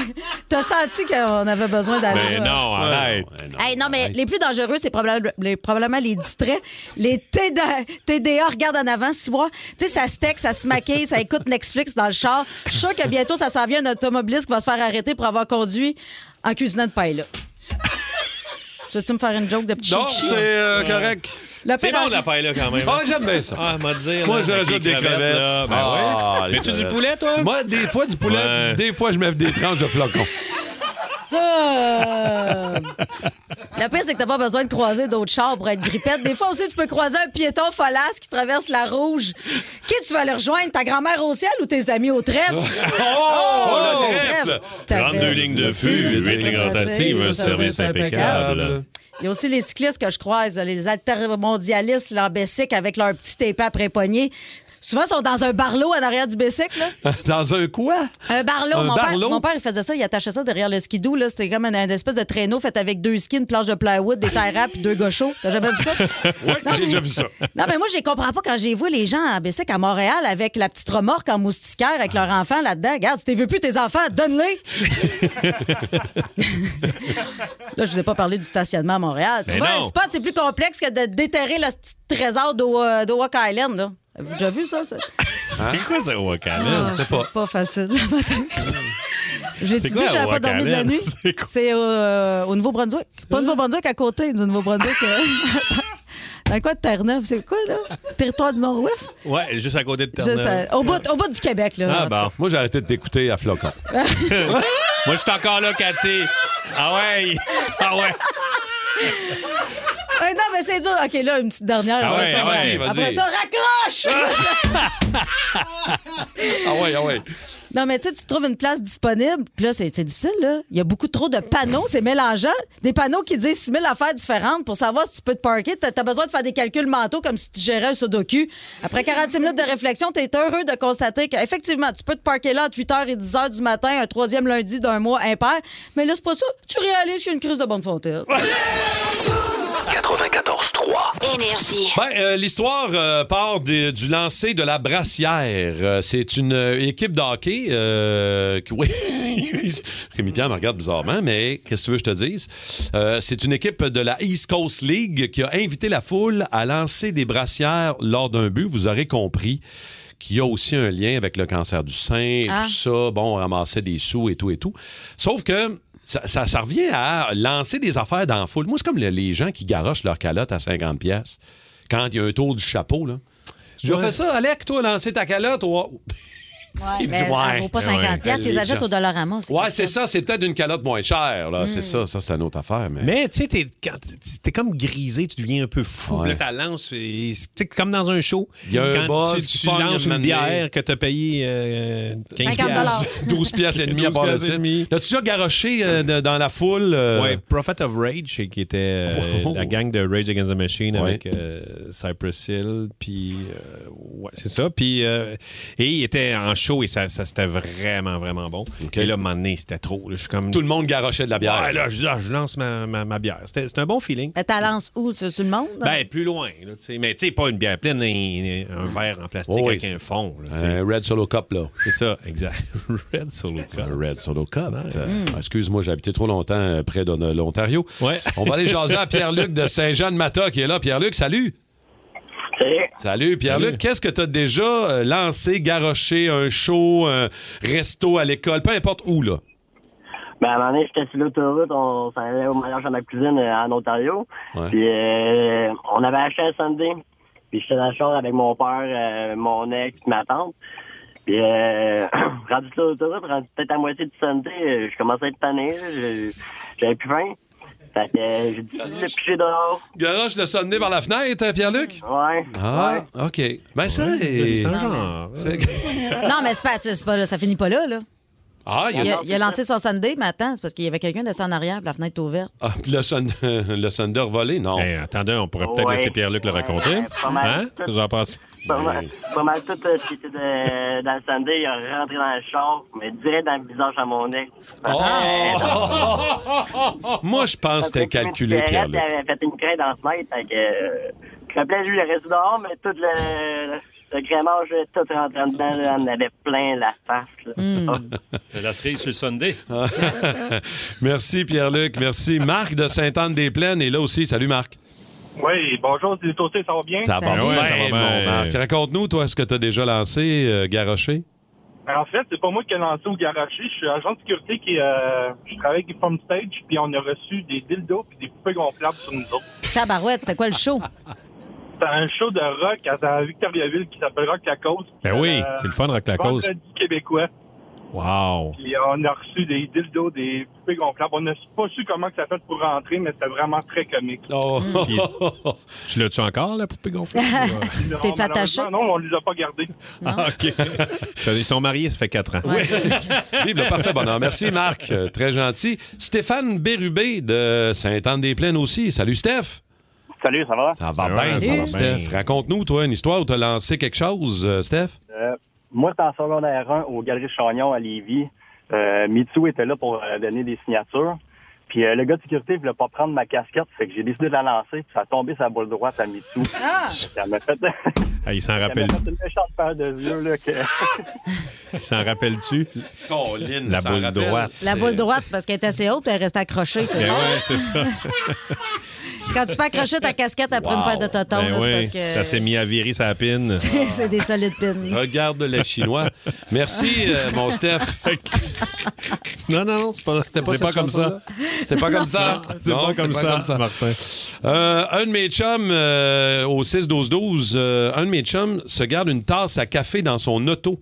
[SPEAKER 5] T'as senti qu'on avait besoin d'aller.
[SPEAKER 6] Mais
[SPEAKER 3] Ben
[SPEAKER 6] Eh
[SPEAKER 5] là?
[SPEAKER 6] non, arrête.
[SPEAKER 5] Hey, non, mais les plus dangereux, c'est probable- les- probablement les distraits. Les TDA, TDA regarde en avant, si moi. Tu sais, ça se texte, ça se maquille, ça écoute Netflix dans le char. Je suis sûr que bientôt, ça s'en vient un automobiliste qui va se faire arrêter pour avoir conduit en cuisinant de paille, là. Tu veux-tu me faire une joke de petit
[SPEAKER 6] Donc,
[SPEAKER 5] chichi?
[SPEAKER 6] c'est euh, correct.
[SPEAKER 5] Le
[SPEAKER 6] C'est
[SPEAKER 5] pire
[SPEAKER 6] bon de la paille, là, quand même.
[SPEAKER 3] Ah, j'aime bien ça.
[SPEAKER 6] Ah, m'a dire.
[SPEAKER 3] Moi,
[SPEAKER 6] là,
[SPEAKER 3] je
[SPEAKER 6] avec
[SPEAKER 3] rajoute
[SPEAKER 6] les
[SPEAKER 3] des crevettes.
[SPEAKER 6] là. Ben
[SPEAKER 3] Ah,
[SPEAKER 6] ouais.
[SPEAKER 3] les
[SPEAKER 6] Mets-tu du
[SPEAKER 3] crevettes.
[SPEAKER 6] poulet, toi?
[SPEAKER 3] Moi, des fois, du poulet.
[SPEAKER 6] Ouais.
[SPEAKER 3] Des fois, je mets des tranches de flocons.
[SPEAKER 5] Ah! Le pire, c'est que t'as pas besoin de croiser d'autres chars pour être grippette. Des fois aussi, tu peux croiser un piéton folasse qui traverse la rouge. Qui tu vas le rejoindre? Ta grand-mère au ciel ou tes amis au trèfle?
[SPEAKER 6] Oh,
[SPEAKER 5] au
[SPEAKER 6] le trèfle! 32 lignes de fût, 8 lignes rotatives, un service impeccable.
[SPEAKER 5] Il y a aussi les cyclistes que je croise, les altermondialistes, leur Bessic avec leur petit épée après poignée. Souvent, ils sont dans un barlot en arrière du Bessic, là.
[SPEAKER 3] Dans un quoi?
[SPEAKER 5] Un barlot.
[SPEAKER 3] Un
[SPEAKER 5] mon,
[SPEAKER 3] barlot?
[SPEAKER 5] Père, mon père, il faisait ça, il attachait ça derrière le skidoo. là. C'était comme une, une espèce de traîneau fait avec deux skis, une planche de plywood, des tires rap, puis deux gauchos. T'as jamais vu ça?
[SPEAKER 3] Oui, j'ai déjà vu ça.
[SPEAKER 5] Non, mais moi, je les comprends pas quand j'ai vu les gens à Bessic à Montréal avec la petite remorque en moustiquaire avec leurs enfants là-dedans. Regarde, si t'es veux plus tes enfants, donne-les. Là, je vous ai pas parlé du stationnement à Montréal.
[SPEAKER 11] Mais
[SPEAKER 5] Trouver un
[SPEAKER 11] non.
[SPEAKER 5] spot, c'est plus complexe que de déterrer le petit trésor d'O- euh, d'Owak Island. Là. Avez-vous déjà vu ça? ça?
[SPEAKER 6] C'est quoi ça, Wakanda?
[SPEAKER 5] Ah,
[SPEAKER 6] Je sais pas.
[SPEAKER 5] Pas facile. le matin. Je l'ai
[SPEAKER 6] C'est
[SPEAKER 5] dit
[SPEAKER 6] quoi,
[SPEAKER 5] que j'avais pas
[SPEAKER 6] Wakanen?
[SPEAKER 5] dormi de la nuit. C'est euh, au Nouveau-Brunswick. Pas au Nouveau-Brunswick, à côté du Nouveau-Brunswick. euh, Dans quoi de Terre-Neuve? C'est quoi, là? Territoire du Nord-Ouest?
[SPEAKER 6] Ouais, juste à côté de
[SPEAKER 5] Je sais,
[SPEAKER 6] Terre-Neuve.
[SPEAKER 5] Au, bout, au bout du Québec, oh, là.
[SPEAKER 6] Ah, bon.
[SPEAKER 3] Moi, j'ai arrêté de t'écouter à flocon.
[SPEAKER 6] Moi, je suis encore là, Cathy. Ah ouais. Ah ouais.
[SPEAKER 5] Ouais, Euh, non, mais c'est dur. OK, là, une petite dernière.
[SPEAKER 6] Ah
[SPEAKER 5] après
[SPEAKER 6] ouais,
[SPEAKER 5] ça,
[SPEAKER 6] ah ouais, vas-y.
[SPEAKER 5] Après ça, raccroche!
[SPEAKER 3] Ah ouais, ah ouais.
[SPEAKER 5] Non, mais tu sais, tu trouves une place disponible, puis là, c'est c'est difficile, là. Il y a beaucoup trop de panneaux, c'est mélangeant. Des panneaux qui disent 6 000 affaires différentes pour savoir si tu peux te parker. T'as as besoin de faire des calculs mentaux comme si tu gérais un sudoku. Après 46 minutes de réflexion, t'es heureux de constater qu'effectivement, tu peux te parker là entre 8 h et 10 h du matin, un troisième lundi d'un mois impair. Mais là, c'est pas ça. Tu réalises qu'il y a une crise de bonne fontaine.
[SPEAKER 10] 94-3. Énergie.
[SPEAKER 3] Ben, euh, l'histoire euh, part des- du lancer de la brassière. Euh, c'est une euh, équipe de hockey. euh, qui- oui. Rémi Pierre me regarde bizarrement, mais qu'est-ce que tu veux que je te dise? Euh, c'est une équipe de la East Coast League qui a invité la foule à lancer des brassières lors d'un but. Vous aurez compris qu'il y a aussi un lien avec le cancer du sein et
[SPEAKER 10] Ah.
[SPEAKER 3] tout ça. Bon, on ramassait des sous et tout et tout. Sauf que ça, ça- ça revient à lancer des affaires dans la foule. Moi, c'est comme le- les gens qui garochent leur calotte à 50 pièces quand il y a un tour du chapeau. Là. Tu as
[SPEAKER 6] Ouais.
[SPEAKER 3] fait ça, Alec, toi, lancer ta calotte? Ouais, Il me dit, ouais.
[SPEAKER 5] mais ça vaut pas
[SPEAKER 3] Ouais,
[SPEAKER 5] 50
[SPEAKER 3] ouais.
[SPEAKER 5] piastres, ils
[SPEAKER 3] Les
[SPEAKER 5] achètent
[SPEAKER 3] gens.
[SPEAKER 5] au Dollarama. c'est Mm.
[SPEAKER 3] Ouais, c'est ça. C'est peut-être une calotte moins chère. là. C'est ça, ça c'est une autre affaire. Mais...
[SPEAKER 6] Mais tu sais, t'es, quand t- t'es comme grisé, tu deviens un peu fou.
[SPEAKER 3] Ouais.
[SPEAKER 6] Là, ta lance, et- tu sais, comme dans un show.
[SPEAKER 3] Il y a un
[SPEAKER 6] quand
[SPEAKER 3] buzz
[SPEAKER 6] tu,
[SPEAKER 3] qui
[SPEAKER 6] tu
[SPEAKER 3] pogne
[SPEAKER 6] lances
[SPEAKER 3] un
[SPEAKER 6] une
[SPEAKER 3] moment donné.
[SPEAKER 6] bière que t'as payé euh, 15 piastres.
[SPEAKER 3] 12 piastres et demi à part de
[SPEAKER 6] 12 piastres
[SPEAKER 3] ça.
[SPEAKER 6] et demi.
[SPEAKER 3] L'as-tu déjà garoché euh, de- dans la foule? euh,
[SPEAKER 6] Ouais, Prophet of Rage, qui était euh,
[SPEAKER 3] Oh.
[SPEAKER 6] la gang de Rage Against the Machine
[SPEAKER 3] Ouais.
[SPEAKER 6] avec euh, Cypress Hill, puis euh, ouais, c'est ça. Puis euh, et il était en show et ça, ça, c'était vraiment vraiment bon. Et là, à un moment donné, c'était trop. là. je suis comme
[SPEAKER 3] Tout le monde garochait de la bière.
[SPEAKER 6] Ouais, là, je, dis, ah, je lance ma, ma- ma bière. C'était, c'était un bon feeling.
[SPEAKER 5] Mais Ben, t'as lance où? Sur sur le monde?
[SPEAKER 6] Ben plus loin, là, tu sais. mais tu sais pas une bière pleine, un, un verre en plastique
[SPEAKER 3] Ouais,
[SPEAKER 6] avec
[SPEAKER 3] c'est-
[SPEAKER 6] un fond. là, tu sais.
[SPEAKER 3] Un Red Solo Cup, là.
[SPEAKER 6] C'est ça, exact. Red Solo Mm. Cup.
[SPEAKER 3] Red Solo Cup. Euh, Excuse-moi, j'ai habité trop longtemps euh, près de de l'Ontario. On va aller jaser à Pierre-Luc de Saint-Jean-de-Mata qui est là. Pierre-Luc, salut. Salut Pierre-Luc, qu'est-ce que tu as déjà euh, lancé, garoché, un show, un resto à l'école, peu importe où là?
[SPEAKER 11] Ben, à un moment donné, j'étais sur l'autoroute, on s'en allait au mariage à ma cousine euh, en Ontario.
[SPEAKER 3] Ouais.
[SPEAKER 11] Puis, euh, on avait acheté un Sunday. Puis, j'étais dans le char avec mon père, euh, mon ex, puis ma tante. Puis, euh, rendu sur l'autoroute, rendu peut-être à moitié du Sunday, euh, je commençais à être tanné, là, je- j'avais plus faim. Fait que euh, j'ai décidé de piger dehors.
[SPEAKER 3] Garoche le sonné par la fenêtre, hein, Pierre-Luc?
[SPEAKER 11] Ouais.
[SPEAKER 3] Ah, OK. Ben ça,
[SPEAKER 6] Ouais, c'est un
[SPEAKER 3] genre.
[SPEAKER 5] Non, mais c'est pas, c'est pas- ça finit pas là, là.
[SPEAKER 3] Ah, il y a-
[SPEAKER 5] Il a, il a lancé son Sunday, mais attends, c'est parce qu'il y avait quelqu'un de en arrière, puis la fenêtre est ouverte.
[SPEAKER 3] Ah, le, Sun- le Sunder volé, non.
[SPEAKER 6] Ben, attendez, on pourrait peut-être
[SPEAKER 3] Ouais.
[SPEAKER 6] laisser Pierre-Luc le raconter.
[SPEAKER 11] pas mal.
[SPEAKER 6] Hein? Vous en pensez?
[SPEAKER 11] Pas mal, pas mal tout euh, ce qui était de- dans le Sunday, il est rentré dans le char, mais direct dans le visage à mon ex. euh,
[SPEAKER 3] Oh, Moi, je pense que c'était calculé,
[SPEAKER 11] Pierre. Il
[SPEAKER 3] Pierre-Luc.
[SPEAKER 11] avait fait une craie dans ce fenêtre, fait que. euh, Je rappelais, lui, le reste dehors, mais tout le. Le crémage, tout rentré dedans, là, on avait plein la face. là.
[SPEAKER 4] C'était la cerise sur le Sunday.
[SPEAKER 3] merci Pierre-Luc, merci. Marc de Sainte-Anne-des-Plaines est là aussi. Salut Marc.
[SPEAKER 13] Oui, bonjour, les toastés, ça va bien?
[SPEAKER 3] Ça va bien, ça va bien, Marc. Raconte-nous, toi, ce que tu as déjà lancé, euh, garoché.
[SPEAKER 13] En fait, c'est pas moi qui ai lancé au garaché. Je suis agent de sécurité qui euh, je travaille avec Farm Stage, puis on a reçu des dildos puis des poupées gonflables sur nous autres.
[SPEAKER 5] Tabarouette, c'est quoi le show?
[SPEAKER 13] C'est un show de rock à, à Victoriaville qui s'appelle Rock la cause. Euh,
[SPEAKER 6] Ben oui, c'est le fun, Rock la Cause.
[SPEAKER 13] Vendredi québécois.
[SPEAKER 6] Wow.
[SPEAKER 13] Puis on a reçu des dildos, des poupées gonflables. On n'a pas su comment que ça fait pour rentrer, mais c'était vraiment très comique.
[SPEAKER 4] Oh.
[SPEAKER 6] Mm. Puis, tu l'as-tu encore, la poupée gonflée?
[SPEAKER 13] Non,
[SPEAKER 5] T'es-tu attaché?
[SPEAKER 13] malheureusement, Non, on les a pas gardés.
[SPEAKER 6] Ah, OK. Ils sont mariés, ça fait 4 ans.
[SPEAKER 3] Vive le parfait bonheur. Merci Marc, Euh, très gentil. Stéphane Bérubé de Sainte-Anne-des-Plaines aussi. Salut Steph.
[SPEAKER 14] Salut, ça va?
[SPEAKER 3] Ça va bien, ça va bien. Steph. Raconte-nous, toi, une histoire où tu as lancé quelque chose, euh, Steph.
[SPEAKER 14] Euh, moi, c'était en secondaire 1 au Galerie Chagnon à Lévis. Euh, Mitsou était là pour euh, donner des signatures. Puis euh, le gars de sécurité voulait pas prendre ma casquette, fait que j'ai décidé de la lancer. Puis ça a tombé sa boule droite à Mitsou. Ça m'a fait,
[SPEAKER 6] Ah, il s'en
[SPEAKER 14] ça m'a
[SPEAKER 6] rappelle.
[SPEAKER 14] fait une méchante paire de yeux. Là, que...
[SPEAKER 6] il s'en rappelle-tu? La
[SPEAKER 3] ça
[SPEAKER 6] boule
[SPEAKER 3] rappelle.
[SPEAKER 6] droite.
[SPEAKER 5] La boule droite, parce qu'elle était assez haute, elle restait accrochée, c'est
[SPEAKER 6] Ben
[SPEAKER 5] ça?
[SPEAKER 6] ouais, c'est ça.
[SPEAKER 5] Quand tu peux accrocher ta casquette après une paire de totons,
[SPEAKER 6] Ben
[SPEAKER 5] là, c'est
[SPEAKER 6] oui,
[SPEAKER 5] parce que.
[SPEAKER 6] Ça s'est mis à virer sa pine.
[SPEAKER 5] C'est- C'est des solides pins.
[SPEAKER 3] Regarde les Chinois. Merci, euh, mon Steph.
[SPEAKER 6] Non, non, non, c'est pas, c'était
[SPEAKER 3] C'est
[SPEAKER 6] cette
[SPEAKER 3] pas comme ça.
[SPEAKER 6] chanson-là.
[SPEAKER 3] C'est pas comme ça.
[SPEAKER 6] Non, C'est
[SPEAKER 3] Non,
[SPEAKER 6] pas comme ça. Martin.
[SPEAKER 3] Euh, un de mes chums euh, au 6-12-12, euh, un de mes chums se garde une tasse à café dans son auto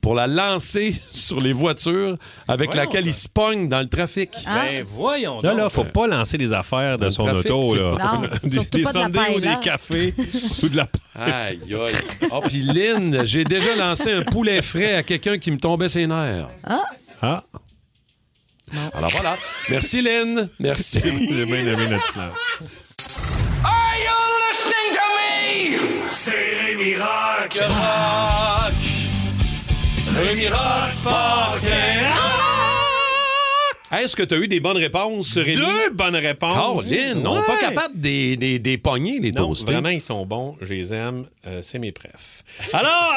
[SPEAKER 3] pour la lancer sur les voitures avec
[SPEAKER 6] Voyons
[SPEAKER 3] laquelle il se pogne dans le trafic.
[SPEAKER 6] Ah. Ben,
[SPEAKER 4] voyons
[SPEAKER 6] Là, là, faut pas lancer des affaires de son
[SPEAKER 3] trafic,
[SPEAKER 6] auto,
[SPEAKER 3] c'est
[SPEAKER 6] là.
[SPEAKER 3] pas- Non,
[SPEAKER 6] des
[SPEAKER 3] surtout
[SPEAKER 6] des
[SPEAKER 3] pas de la
[SPEAKER 6] sundaes ou
[SPEAKER 3] paille, hein. là.
[SPEAKER 6] des cafés ou de la
[SPEAKER 3] Aïe, aïe. Oh, puis Lynn, j'ai déjà lancé un poulet frais à quelqu'un qui me tombait ses nerfs.
[SPEAKER 5] Ah.
[SPEAKER 3] Ah. Alors voilà. Merci, Lynn. Merci. J'ai bien aimé notre silence.
[SPEAKER 9] Are you listening to me? C'est Rémi Rock. Rock. Rémi Rock
[SPEAKER 6] Ah!
[SPEAKER 3] Est-ce que tu as eu des bonnes réponses, Rémi?
[SPEAKER 6] Deux bonnes réponses.
[SPEAKER 3] Oh, Lynn, on n'est pas
[SPEAKER 6] Ouais.
[SPEAKER 3] capable des, des, des pogner, les
[SPEAKER 6] Non,
[SPEAKER 3] toastés.
[SPEAKER 6] vraiment, ils sont bons. Je les aime. Euh, c'est mes prefs. Alors,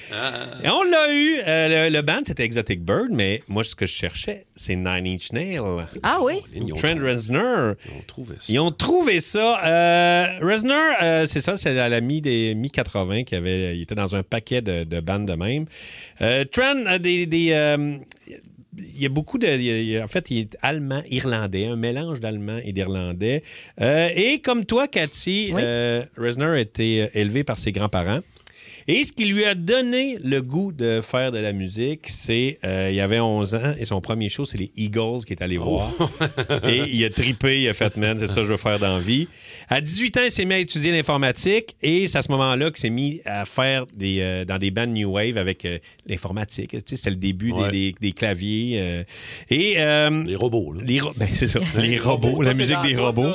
[SPEAKER 6] et on l'a eu. Euh, le, le band, c'était Exotic Bird, mais moi, ce que je cherchais, c'est Nine Inch Nails.
[SPEAKER 5] Ah oui?
[SPEAKER 6] Ou Trent Reznor. Ils ont
[SPEAKER 3] trouvé ça.
[SPEAKER 6] Ils ont trouvé ça. Euh, Reznor, euh, c'est ça, c'est à la mi des mi 80 qu'il avait, il était dans un paquet de, de bandes de même. Euh, Trent a des, des, euh, il y a beaucoup de, il y a- il y a- en fait, il est allemand irlandais, un mélange d'allemand et d'irlandais. Euh, et comme toi, Cathy, euh, Reznor a été euh, élevé par ses grands-parents. Et ce qui lui a donné le goût de faire de la musique, c'est euh, il avait 11 ans et son premier show, c'est les Eagles qui est allé voir. et il a tripé, il a fait man, c'est ça que je veux faire dans la vie. À 18 ans, il s'est mis à étudier l'informatique et c'est à ce moment-là qu'il s'est mis à faire des euh, dans des bands new wave avec euh, l'informatique. Tu sais, c'était le début des-
[SPEAKER 3] Ouais.
[SPEAKER 6] des, des claviers euh, et les
[SPEAKER 3] robots.
[SPEAKER 6] Les ro- ben, c'est ça, les robots, la musique des robots.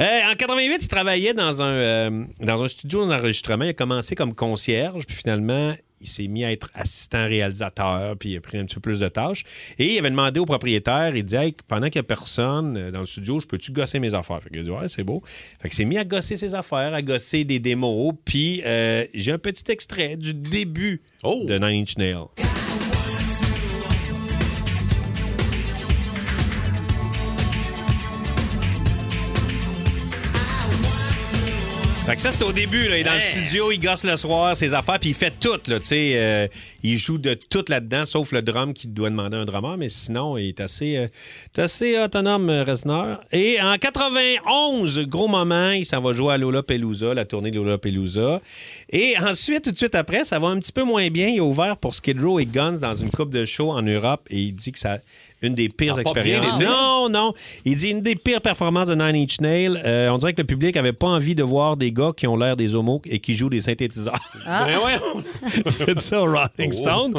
[SPEAKER 6] Euh, en 88, il travaillait dans un, euh, dans un studio d'enregistrement. Il a commencé comme concierge, puis finalement, il s'est mis à être assistant réalisateur, puis il a pris un petit peu plus de tâches. Et il avait demandé au propriétaire, il disait Hey, pendant qu'il n'y a personne euh, dans le studio, je peux-tu gosser mes affaires Fait qu'il a dit Ouais, c'est beau. Fait qu'il s'est mis à gosser ses affaires, à gosser des démos, puis euh, j'ai un petit extrait du début de Nine Inch Nails. Fait que ça, c'est au début. Là. Il est dans le studio, il gosse le soir, ses affaires, puis il fait tout. Là, tu sais, euh, il joue de tout là-dedans, sauf le drum qui doit demander un drummer, mais sinon, il est assez, euh, il est assez autonome, euh, Reznor. Et en 91, gros moment, il s'en va jouer à Lola Pelouza, la tournée de Lola Pelouza. Et ensuite, tout de suite après, ça va un petit peu moins bien. Il est ouvert pour Skid Row et Guns dans une coupe de show en Europe et il dit que ça une des pires
[SPEAKER 3] Ah, pas bien
[SPEAKER 6] expériences.
[SPEAKER 3] été.
[SPEAKER 6] non, non. Il dit une des pires performances de Nine Inch Nails. Euh, on dirait que le public avait pas envie de voir des gars qui ont l'air des homos et qui jouent des synthétiseurs.
[SPEAKER 3] Ah. Ben
[SPEAKER 6] C'est ça, au Rolling Stone.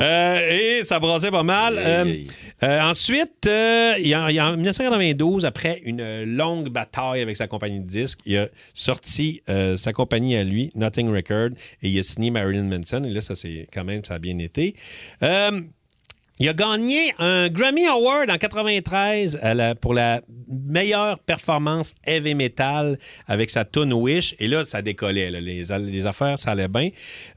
[SPEAKER 6] Euh, et ça brassait pas mal. Euh, euh, ensuite, euh, il y a- il y a- en 1992, après une longue bataille avec sa compagnie de disques, il a sorti euh, sa compagnie à lui, Nothing Record, et il a signé Marilyn Manson. Et là, ça, c'est quand même, ça a bien été. Euh, il a gagné un Grammy Award en 93 à la- pour la meilleure performance heavy metal avec sa tune Wish. Et là, ça décollait. là. Les, les affaires, ça allait bien.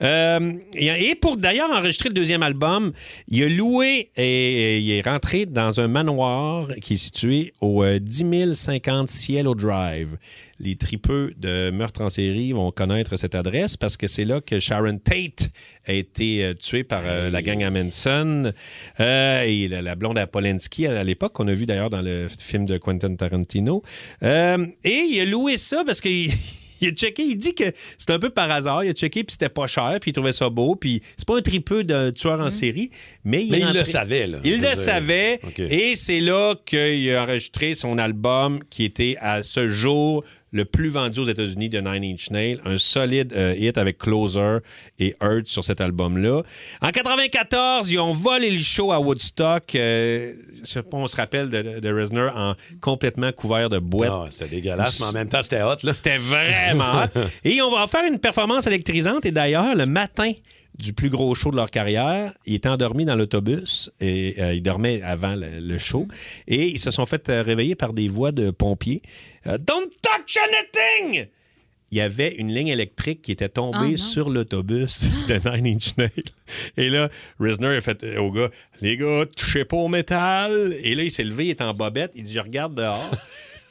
[SPEAKER 6] Euh, et, et pour d'ailleurs enregistrer le deuxième album, il a loué et, et il est rentré dans un manoir qui est situé au euh, 10 050 Cielo Drive. Les tripeux de meurtre en série vont connaître cette adresse parce que c'est là que Sharon Tate a été euh, tuée par euh, la gang Amundsen. Euh, et la, la blonde à Polanski à, à l'époque, qu'on a vu d'ailleurs dans le film de Quentin Tarantino. Euh, et il a loué ça parce qu'il il a checké, il dit que c'était un peu par hasard. Il a checké, puis c'était pas cher, puis il trouvait ça beau. Puis c'est pas un tripeux de tueur en série, mais il,
[SPEAKER 3] Mm. Mais
[SPEAKER 6] est
[SPEAKER 3] il
[SPEAKER 6] rentré-
[SPEAKER 3] le savait, là. Je
[SPEAKER 6] Il
[SPEAKER 3] veux
[SPEAKER 6] le
[SPEAKER 3] dire.
[SPEAKER 6] savait.
[SPEAKER 3] OK.
[SPEAKER 6] Et c'est là qu'il a enregistré son album qui était à ce jour le plus vendu aux États-Unis de Nine Inch Nails. Un solide euh, hit avec Closer et Hurt sur cet album-là. En 94, ils ont volé le show à Woodstock. Euh, je sais pas, on se rappelle de, de Reznor en complètement couvert de boîtes.
[SPEAKER 3] Ah, c'était dégueulasse, mais en même temps, c'était hot. Là.
[SPEAKER 6] C'était vraiment hot. Et on va en faire une performance électrisante. Et d'ailleurs, le matin du plus gros show de leur carrière, il était endormi dans l'autobus et euh, il dormait avant le, le show. Et ils se sont fait euh, réveiller par des voix de pompiers. Euh, Don't touch anything! Il y avait une ligne électrique qui était
[SPEAKER 3] Oh
[SPEAKER 6] tombée
[SPEAKER 3] non.
[SPEAKER 6] sur l'autobus de Nine Inch Nails. Et là, Reznor a fait euh, au gars Les gars, touchez pas au métal. Et là, il s'est levé, il est en bobette. Il dit Je regarde dehors.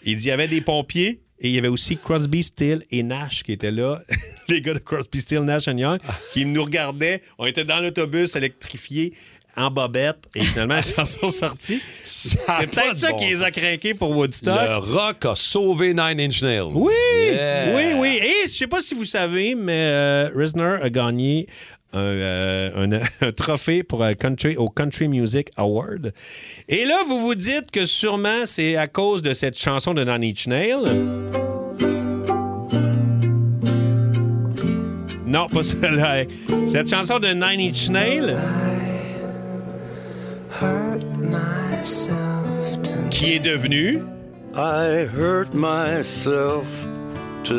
[SPEAKER 6] Il dit il y avait des pompiers et il y avait aussi Crosby, Steele et Nash qui étaient là. Les gars de Crosby, Steele, Nash et Young qui nous regardaient. On était dans l'autobus électrifié en bobette et finalement, ils s'en sont sortis.
[SPEAKER 3] a
[SPEAKER 6] C'est
[SPEAKER 3] pas
[SPEAKER 6] peut-être
[SPEAKER 3] de
[SPEAKER 6] ça
[SPEAKER 3] bon
[SPEAKER 6] qui les a craqués pour Woodstock.
[SPEAKER 3] Le rock a sauvé Nine Inch Nails.
[SPEAKER 6] Oui!
[SPEAKER 3] Yeah.
[SPEAKER 6] Oui, oui. Et je sais pas si vous savez, mais euh, Risner a gagné un, euh, un- un trophée pour euh, country, au Country Music Award. Et là, vous vous dites que sûrement c'est à cause de cette chanson de Nine Inch Nails. Non, pas celle-là. Cette chanson de Nine Inch Nails. qui est devenue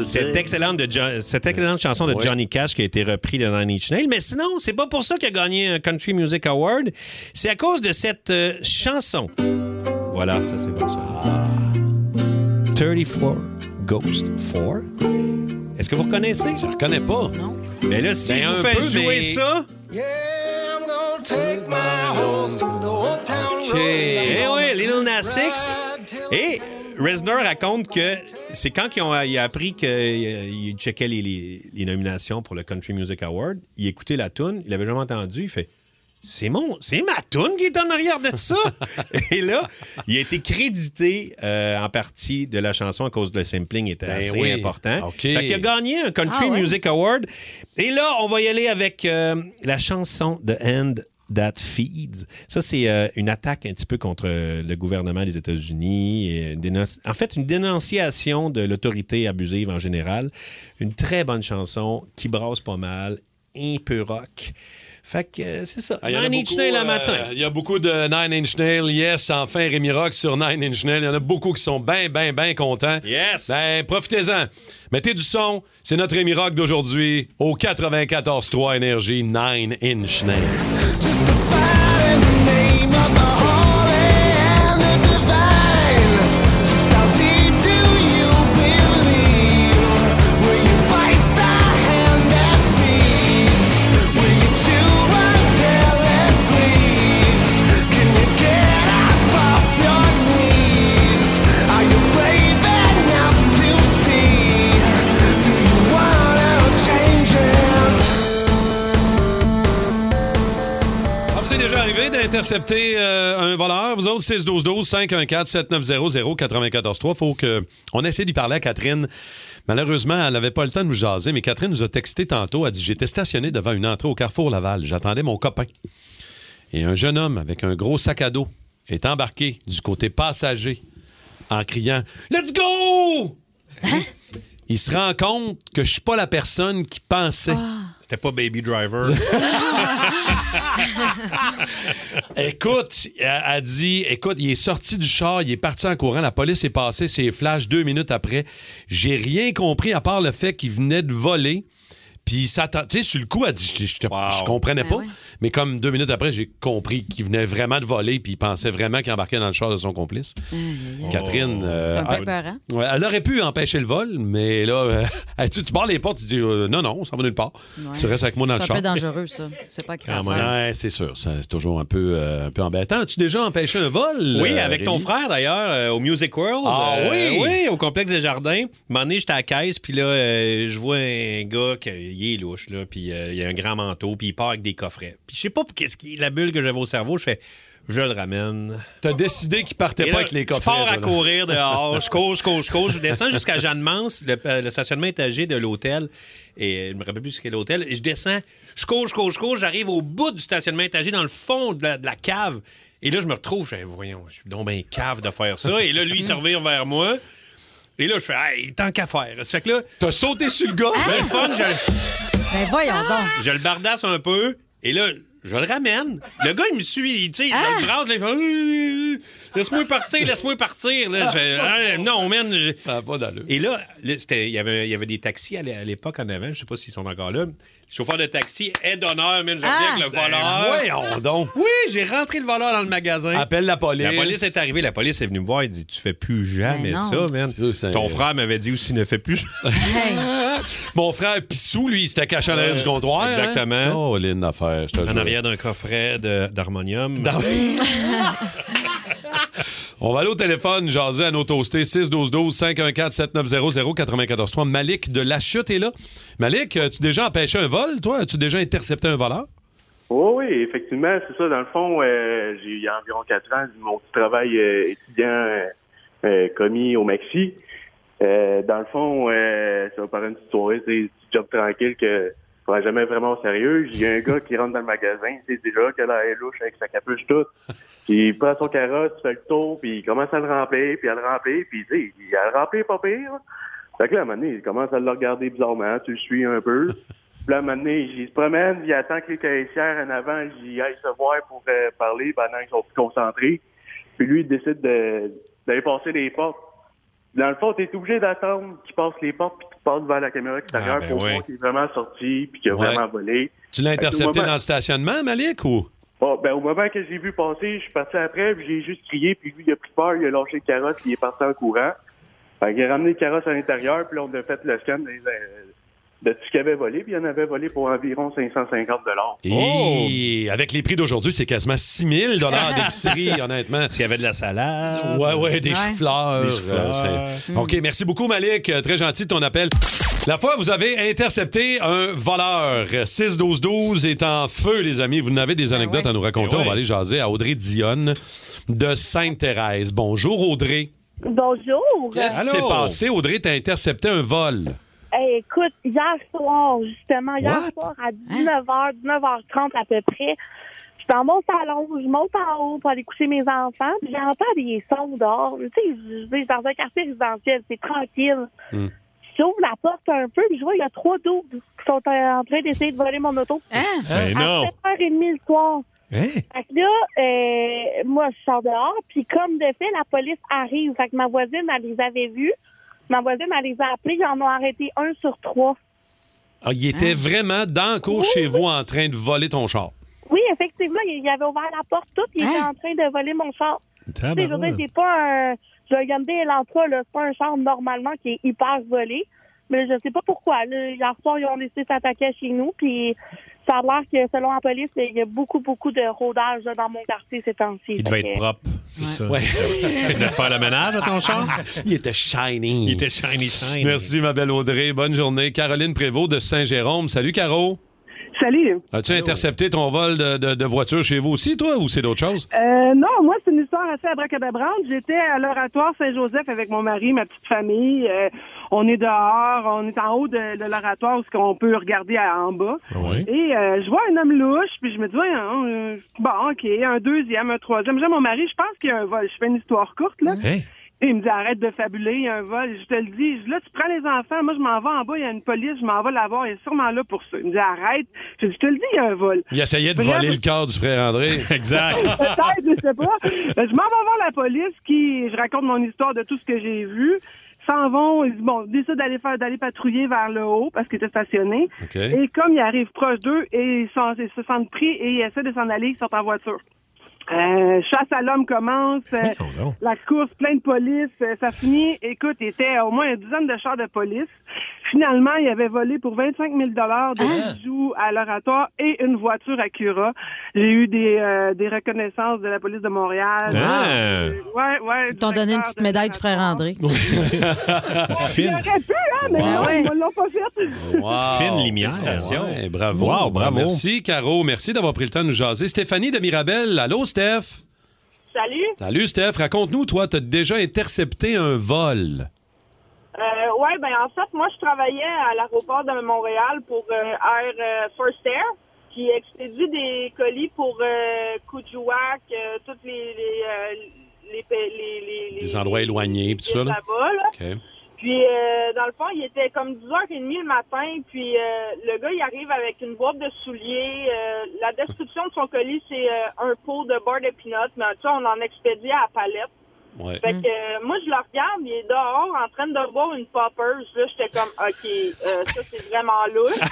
[SPEAKER 6] cette excellente, de Jo- cette excellente chanson de
[SPEAKER 3] Oui.
[SPEAKER 6] Johnny Cash qui a été reprise de Nine Inch Nails. Mais sinon, c'est pas pour ça qu'il a gagné un Country Music Award. C'est à cause de cette euh, chanson. Voilà, ça c'est bon. ça. 34 Ghost 4. Est-ce que vous reconnaissez? Je
[SPEAKER 3] reconnais pas.
[SPEAKER 6] Mais là, si
[SPEAKER 3] Ben,
[SPEAKER 6] je vous
[SPEAKER 3] un
[SPEAKER 6] fais
[SPEAKER 3] peu,
[SPEAKER 6] jouer
[SPEAKER 3] mais- Ah,
[SPEAKER 6] ça... Eh oui, Lil Nas X. Et Reznor raconte que c'est quand ils ont- il a appris qu'il checkait les, les- les nominations pour le Country Music Award, il écoutait la tune, il l'avait jamais entendue, il fait c'est mon, c'est ma tune qui est en arrière de ça. Et là, il a été crédité euh, en partie de la chanson à cause de le sampling était
[SPEAKER 3] Ben
[SPEAKER 6] assez
[SPEAKER 3] oui.
[SPEAKER 6] important.
[SPEAKER 3] OK.
[SPEAKER 6] Fait qu'il a gagné un Country
[SPEAKER 3] Ah ouais?
[SPEAKER 6] Music Award. Et là, on va y aller avec euh, la chanson de End That Feeds. Ça, c'est euh, une attaque un petit peu contre euh, le gouvernement des États-Unis. et une dénon- En fait, une dénonciation de l'autorité abusive en général. Une très bonne chanson qui brasse pas mal, un peu rock. Fait que euh, c'est ça.
[SPEAKER 3] Ah, il y en a
[SPEAKER 6] Nine Inch
[SPEAKER 3] beaucoup,
[SPEAKER 6] Nails
[SPEAKER 3] euh,
[SPEAKER 6] le matin.
[SPEAKER 3] Il y a beaucoup de Nine Inch Nails. Yes, enfin, Rémi Rock sur Nine Inch Nails. Il y en a beaucoup qui sont bien, bien, bien contents.
[SPEAKER 6] Yes!
[SPEAKER 3] Ben, profitez-en. Mettez du son. C'est notre Rémi Rock d'aujourd'hui au 94.3 Énergie Nine Inch Nails. Ah, vous êtes déjà arrivé d'intercepter euh, un voleur. Vous autres, 612-12-514-7900-943. Faut que on essaie d'y parler à Catherine. Malheureusement, elle n'avait pas le temps de nous jaser, mais Catherine nous a texté tantôt. Elle dit J'étais stationné devant une entrée au Carrefour Laval. J'attendais mon copain. Et un jeune homme avec un gros sac à dos est embarqué du côté passager en criant Let's go Il se rend compte que je suis pas la personne qui pensait.
[SPEAKER 6] C'était pas Baby Driver.
[SPEAKER 3] Écoute, elle a dit, écoute, il est sorti du char, il est parti en courant, la police est passée, c'est flash deux minutes après. J'ai rien compris à part le fait qu'il venait de voler. Puis ça, tu sais, sur le coup, elle dit, je, je- je comprenais pas. Mais comme deux minutes après, j'ai compris qu'il venait vraiment de voler, puis il pensait vraiment qu'il embarquait dans le char de son complice. Catherine,
[SPEAKER 6] Oh.
[SPEAKER 3] euh,
[SPEAKER 5] un peu
[SPEAKER 3] elle-
[SPEAKER 5] peurant.
[SPEAKER 3] ouais, elle aurait pu empêcher le vol, mais là, euh, elle dit, tu barres les portes, tu dis, euh, non, non, ça va nulle part.
[SPEAKER 5] Ouais.
[SPEAKER 3] Tu restes avec moi dans le
[SPEAKER 5] C'est
[SPEAKER 3] char.
[SPEAKER 5] un peu dangereux, ça. C'est pas grave.
[SPEAKER 3] Ouais, c'est sûr. ça, C'est toujours un peu, euh, un peu embêtant. As-tu déjà empêché un vol?
[SPEAKER 6] Oui,
[SPEAKER 3] euh,
[SPEAKER 6] avec ton
[SPEAKER 3] Rémi?
[SPEAKER 6] frère d'ailleurs, euh, au Music World. Euh,
[SPEAKER 3] Ah oui?
[SPEAKER 6] Oui, au complexe des jardins. Un moment donné, j'étais à la caisse, puis là, euh, je vois un gars qui il est louche, là, puis euh, il a un grand manteau, puis il part avec des coffrets. Puis je sais pas pour qu'est-ce qui la bulle que j'avais au cerveau, je fais. Je le ramène.
[SPEAKER 3] T'as décidé qu'il partait
[SPEAKER 6] pas avec les coffrets. Je pars à
[SPEAKER 3] toi, là.
[SPEAKER 6] courir dehors. Je cours, je cours, je cours. Je descends jusqu'à Jeanne Mans, le, euh, le stationnement étagé de l'hôtel. Et euh, je me rappelle plus ce qu'est l'hôtel. Et je descends, je cours, je cours, je cours. J'arrive au bout du stationnement étagé, dans le fond de la, de la cave. Et là, je me retrouve. Je fais, voyons, je suis donc bien cave de faire ça. Et là, lui, il se revire vers moi. Et là, je fais, hey, tant qu'à faire. Ça fait que là.
[SPEAKER 3] T'as sauté sur le gars?
[SPEAKER 6] Ben, le fun, je,
[SPEAKER 5] Ben voyons
[SPEAKER 3] Ah!
[SPEAKER 5] donc.
[SPEAKER 6] je le bardasse un peu. Et là, je le ramène. Le gars, il me suit. il- Tu sais,
[SPEAKER 3] Ah!
[SPEAKER 6] je le brasse. là, il fait, Euh, laisse-moi partir, laisse-moi partir. là. Je fais, Ah, non, man. je- Et là, là, c'était- il, y avait, il y avait des taxis à l'é- à l'époque en avant. Je sais pas s'ils sont encore là. Le chauffeur de taxi est d'honneur, man. Je reviens
[SPEAKER 3] Ah!
[SPEAKER 6] avec le
[SPEAKER 3] Ben,
[SPEAKER 6] voleur.
[SPEAKER 3] voyons donc.
[SPEAKER 6] Oui, j'ai rentré le voleur dans le magasin.
[SPEAKER 3] Appelle la police.
[SPEAKER 6] La police est arrivée. La police est venue me voir. Elle dit Tu fais plus jamais
[SPEAKER 3] Ben
[SPEAKER 6] ça,
[SPEAKER 3] non.
[SPEAKER 6] man.
[SPEAKER 3] c'est-
[SPEAKER 6] Ton frère m'avait dit aussi Ne fais plus jamais.
[SPEAKER 3] Mon frère Pissou, lui, il s'était caché en arrière du comptoir.
[SPEAKER 6] Exactement.
[SPEAKER 3] Oh, l'une affaire, je te
[SPEAKER 6] En
[SPEAKER 3] jure.
[SPEAKER 6] arrière d'un coffret de- d'harmonium.
[SPEAKER 3] On va aller au téléphone, jaser à nos toastés. 612-12-514-7900-943. Malik de La Chute est là. Malik, as-tu déjà empêché un vol, toi? As-tu déjà intercepté un voleur?
[SPEAKER 13] Oui, oui, effectivement, c'est ça. Dans le fond, euh, j'ai il y a environ quatre ans, mon petit travail euh, étudiant euh, euh, commis au Maxi. Euh, dans le fond, euh, ça va paraître une petite soirée, c'est un petit job tranquille que je prends jamais vraiment au sérieux. Il y a un gars qui rentre dans le magasin, c'est déjà que là, est louche avec sa capuche toute. Il prend son carrosse, il fait le tour, puis il commence à le remplir, puis à le remplir, puis tu sais, il a le remplir pas pire. Fait que là, à un moment donné, il commence à le regarder bizarrement, tu le suis un peu. Puis là, à un moment donné, il se promène, il attend que les caissières en avant, j'y aille se voir pour euh, parler pendant qu'ils sont plus concentrés. Puis lui, il décide de- d'aller passer les portes. Dans le fond, t'es obligé d'attendre qu'il passe les portes puis qu'il passe devant la caméra extérieure
[SPEAKER 3] Ah, ben
[SPEAKER 13] pour
[SPEAKER 3] oui.
[SPEAKER 13] voir qu'il est vraiment sorti puis qu'il a
[SPEAKER 3] Ouais.
[SPEAKER 13] vraiment volé.
[SPEAKER 3] Tu l'as
[SPEAKER 13] Fait que au
[SPEAKER 3] intercepté
[SPEAKER 13] moment-
[SPEAKER 3] dans le stationnement, Malik, ou?
[SPEAKER 13] Bon, ben, au moment que j'ai vu passer, je suis parti après, puis j'ai juste crié, puis lui, il a pris peur, il a lâché le carrosse, puis il est parti en courant. Fait qu'il a ramené le carrosse à l'intérieur, puis là, on a fait le scan des, euh, de tout ce qu'il avait volé, puis il en avait volé pour environ 550
[SPEAKER 3] Et avec les prix d'aujourd'hui, c'est quasiment 6 000 d'épicerie, honnêtement. S'il y avait de la salade. Ouais, ouais, des
[SPEAKER 6] Ouais.
[SPEAKER 3] choux-fleurs.
[SPEAKER 6] Des choux-fleurs.
[SPEAKER 3] Euh, c'est- OK, merci beaucoup, Malik. Euh, Très gentil de ton appel. La fois, vous avez intercepté un voleur. 6-12-12 est en feu, les amis. Vous en avez des anecdotes à nous raconter.
[SPEAKER 6] Ben ouais.
[SPEAKER 3] On va aller jaser à Audrey Dionne de Sainte-Thérèse. Bonjour, Audrey.
[SPEAKER 15] Bonjour.
[SPEAKER 3] Qu'est-ce qui s'est passé? Audrey, t'as intercepté un vol.
[SPEAKER 15] Eh, écoute, hier soir, justement, hier
[SPEAKER 3] What?
[SPEAKER 15] soir à 19h, 19h30 à peu près, je suis dans mon salon, je monte en haut pour aller coucher mes enfants, puis j'entends des sons dehors. Tu sais, je je suis dans un quartier résidentiel, c'est tranquille.
[SPEAKER 3] Hmm.
[SPEAKER 15] J'ouvre la porte un peu, puis je vois, il y a trois doubles qui sont euh, en train d'essayer de voler mon auto.
[SPEAKER 3] Ben non.
[SPEAKER 15] À 7h30 le soir.
[SPEAKER 6] Hein?
[SPEAKER 15] Fait que là, euh, moi, je sors dehors, puis comme de fait, la police arrive. Fait que ma voisine, elle les avait vus. Ma voisine, elle les a appelés. Ils en ont arrêté un sur trois.
[SPEAKER 3] Ah, il
[SPEAKER 6] Hein?
[SPEAKER 3] était vraiment dans le cours chez vous en train de voler ton char.
[SPEAKER 15] Oui, effectivement, il il avait ouvert la porte toute. Il était
[SPEAKER 6] Hein?
[SPEAKER 15] en train de voler mon char. Tu sais, je veux dire, c'est pas un... Je vais regarder l'entrée, là. C'est pas un char normalement qui est hyper volé. Mais je sais pas pourquoi. Là, hier soir, ils ont décidé de s'attaquer à chez nous, puis... Ça a l'air que, selon la police, il y a beaucoup, beaucoup de rodage là, dans mon quartier ces temps-ci.
[SPEAKER 6] Il devait
[SPEAKER 15] Fait que-
[SPEAKER 6] être propre. C'est ça.
[SPEAKER 3] Ouais.
[SPEAKER 6] Il venait de faire le ménage à ton char?
[SPEAKER 3] Il était shiny.
[SPEAKER 6] Il était shiny, shiny.
[SPEAKER 3] Merci, ma belle Audrey. Bonne journée. Caroline Prévost de Saint-Jérôme. Salut, Caro.
[SPEAKER 16] Salut.
[SPEAKER 3] As-tu intercepté ton vol de, de- de voiture chez vous aussi, toi, ou c'est d'autres choses?
[SPEAKER 16] Euh, non, moi, c'est une histoire assez abracadabrante. J'étais à l'oratoire Saint-Joseph avec mon mari, ma petite famille. Euh, on est dehors, on est en haut de, de l'oratoire où on peut regarder à- en bas.
[SPEAKER 3] Ouais.
[SPEAKER 16] Et euh, je vois un homme louche, puis je me dis, Voyons, euh, bon, OK, un deuxième, un troisième. J'ai mon mari, je pense qu'il y a un vol. Je fais une histoire courte, là. Et il me dit, arrête de fabuler, il y a un vol. Je te le dis, je- là, tu prends les enfants, moi, je m'en vais en bas, il y a une police, je m'en vais la voir, il est sûrement là pour ça. Il me dit, arrête. Je dis, je te le dis, il y a un vol.
[SPEAKER 3] Il essayait de
[SPEAKER 16] Bref,
[SPEAKER 3] voler le cœur du frère André. exact.
[SPEAKER 16] Peut-être, je sais pas. Ben, Je m'en vais voir la police qui, je raconte mon histoire de tout ce que j'ai vu. S'en vont, ils bon, décident d'aller faire, d'aller patrouiller vers le haut parce qu'ils étaient stationnés.
[SPEAKER 3] OK.
[SPEAKER 16] Et comme ils arrivent proche d'eux, et ils, sont- ils se sentent pris et ils essaient de s'en aller, ils sont en voiture. Euh, chasse à l'homme commence, euh, la course pleine de police, euh, ça finit, écoute, il était au moins une dizaine de chars de police. Finalement, il avait volé pour 25 000 dollars de
[SPEAKER 5] Ah.
[SPEAKER 16] bijoux à l'oratoire et une voiture à Cura. J'ai eu des, euh, des reconnaissances de la police de Montréal.
[SPEAKER 6] Ah.
[SPEAKER 16] Ouais, ouais.
[SPEAKER 5] Ils t'ont donné une petite médaille du frère André.
[SPEAKER 6] Fine.
[SPEAKER 16] J'aurais pu, hein, mais
[SPEAKER 5] Wow.
[SPEAKER 16] non,
[SPEAKER 5] Ouais.
[SPEAKER 16] ils me l'ont pas fait.
[SPEAKER 6] Fine lumière.
[SPEAKER 3] Félicitations.
[SPEAKER 6] Ouais,
[SPEAKER 3] bravo.
[SPEAKER 6] Wow, bravo.
[SPEAKER 3] Merci, Caro. Merci d'avoir pris le temps de nous jaser. Stéphanie de Mirabel. Allô, Steph.
[SPEAKER 15] Salut.
[SPEAKER 3] Salut, Steph. Raconte-nous, toi, t'as déjà intercepté un vol.
[SPEAKER 17] Euh, ouais, ben en fait, moi, je travaillais à l'aéroport de Montréal pour euh, Air euh, First Air, qui expédie des colis pour euh, Coujouac, euh, toutes les les, euh, les, pa- les, les, les-
[SPEAKER 3] Des endroits éloignés, puis tout ça.
[SPEAKER 17] les
[SPEAKER 3] Là.
[SPEAKER 17] là-bas, là.
[SPEAKER 3] OK.
[SPEAKER 17] Puis, euh, dans le fond, il était comme 10h30 le matin, puis euh, le gars, il arrive avec une boîte de souliers. Euh, la description de son colis, c'est euh, un pot de beurre de peanuts, mais tu sais, on en expédiait à la palette.
[SPEAKER 3] Ouais.
[SPEAKER 17] Fait
[SPEAKER 6] Mm-hmm.
[SPEAKER 17] que euh, moi, je le regarde, il est dehors en train de boire une poppers. Là, j'étais comme, OK, euh, ça, c'est vraiment louche.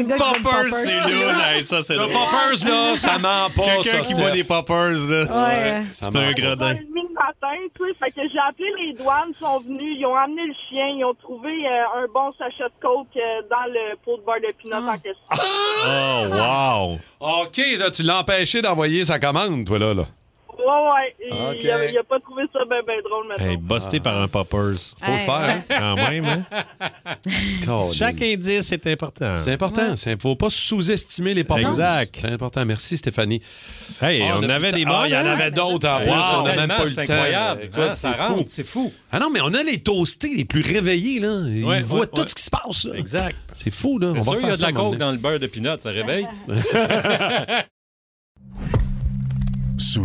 [SPEAKER 6] Une poppers, c'est lourd. Hey, ça, c'est
[SPEAKER 3] Le
[SPEAKER 6] drôle.
[SPEAKER 3] poppers, là, ça ment pas.
[SPEAKER 6] Quelqu'un
[SPEAKER 3] ça,
[SPEAKER 6] qui
[SPEAKER 3] Steph.
[SPEAKER 6] boit des poppers, là.
[SPEAKER 17] Ouais.
[SPEAKER 3] Ça
[SPEAKER 6] C'est un
[SPEAKER 3] ment pas.
[SPEAKER 6] gredin.
[SPEAKER 17] minuit le matin, tu sais. Fait que j'ai appelé les douanes, ils sont venus, ils ont amené le chien, ils ont trouvé euh, un bon sachet de coke euh, dans le pot de beurre de pinot
[SPEAKER 6] Ah.
[SPEAKER 17] en question.
[SPEAKER 3] Oh, wow! OK, là, tu l'as empêché d'envoyer sa commande, toi, là. là.
[SPEAKER 17] Ouais, ouais. Il- Il, a,
[SPEAKER 6] Ah, Ok.
[SPEAKER 17] il a pas trouvé ça bien ben drôle maintenant.
[SPEAKER 6] Hey, busté par un poppers.
[SPEAKER 17] Faut le Hey. faire, hein?
[SPEAKER 6] Quand même, hein?
[SPEAKER 3] Colin.
[SPEAKER 6] Chaque indice est important.
[SPEAKER 3] C'est important. Il ne faut pas sous-estimer les porteurs.
[SPEAKER 6] Exact.
[SPEAKER 3] C'est important. Merci, Stéphanie.
[SPEAKER 6] Hey, on
[SPEAKER 3] a
[SPEAKER 6] avait
[SPEAKER 3] plus-
[SPEAKER 6] des
[SPEAKER 3] Ah,
[SPEAKER 6] bonnes,
[SPEAKER 3] Il y en
[SPEAKER 6] hein?
[SPEAKER 3] avait d'autres en
[SPEAKER 6] Hey,
[SPEAKER 3] plus.
[SPEAKER 6] wow.
[SPEAKER 3] on n'a même
[SPEAKER 6] Tellement,
[SPEAKER 3] pas eu
[SPEAKER 6] c'est
[SPEAKER 3] le temps.
[SPEAKER 6] incroyable.
[SPEAKER 3] Écoute,
[SPEAKER 6] Ah, ça
[SPEAKER 3] c'est
[SPEAKER 6] rentre,
[SPEAKER 3] fou.
[SPEAKER 6] c'est fou.
[SPEAKER 3] Ah non, mais on a les toastés les plus réveillés. Là. Ils
[SPEAKER 6] Ouais,
[SPEAKER 3] voient
[SPEAKER 6] ouais,
[SPEAKER 3] tout
[SPEAKER 6] ouais.
[SPEAKER 3] ce qui se passe. là.
[SPEAKER 6] Exact.
[SPEAKER 3] C'est fou. Là.
[SPEAKER 4] C'est
[SPEAKER 3] on
[SPEAKER 4] sûr,
[SPEAKER 3] va
[SPEAKER 4] il y
[SPEAKER 3] faire
[SPEAKER 4] a de
[SPEAKER 3] ça
[SPEAKER 4] la
[SPEAKER 3] un moment
[SPEAKER 4] coke dans le beurre de peanut, ça réveille.
[SPEAKER 18] Sous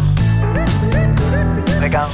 [SPEAKER 8] Regarde,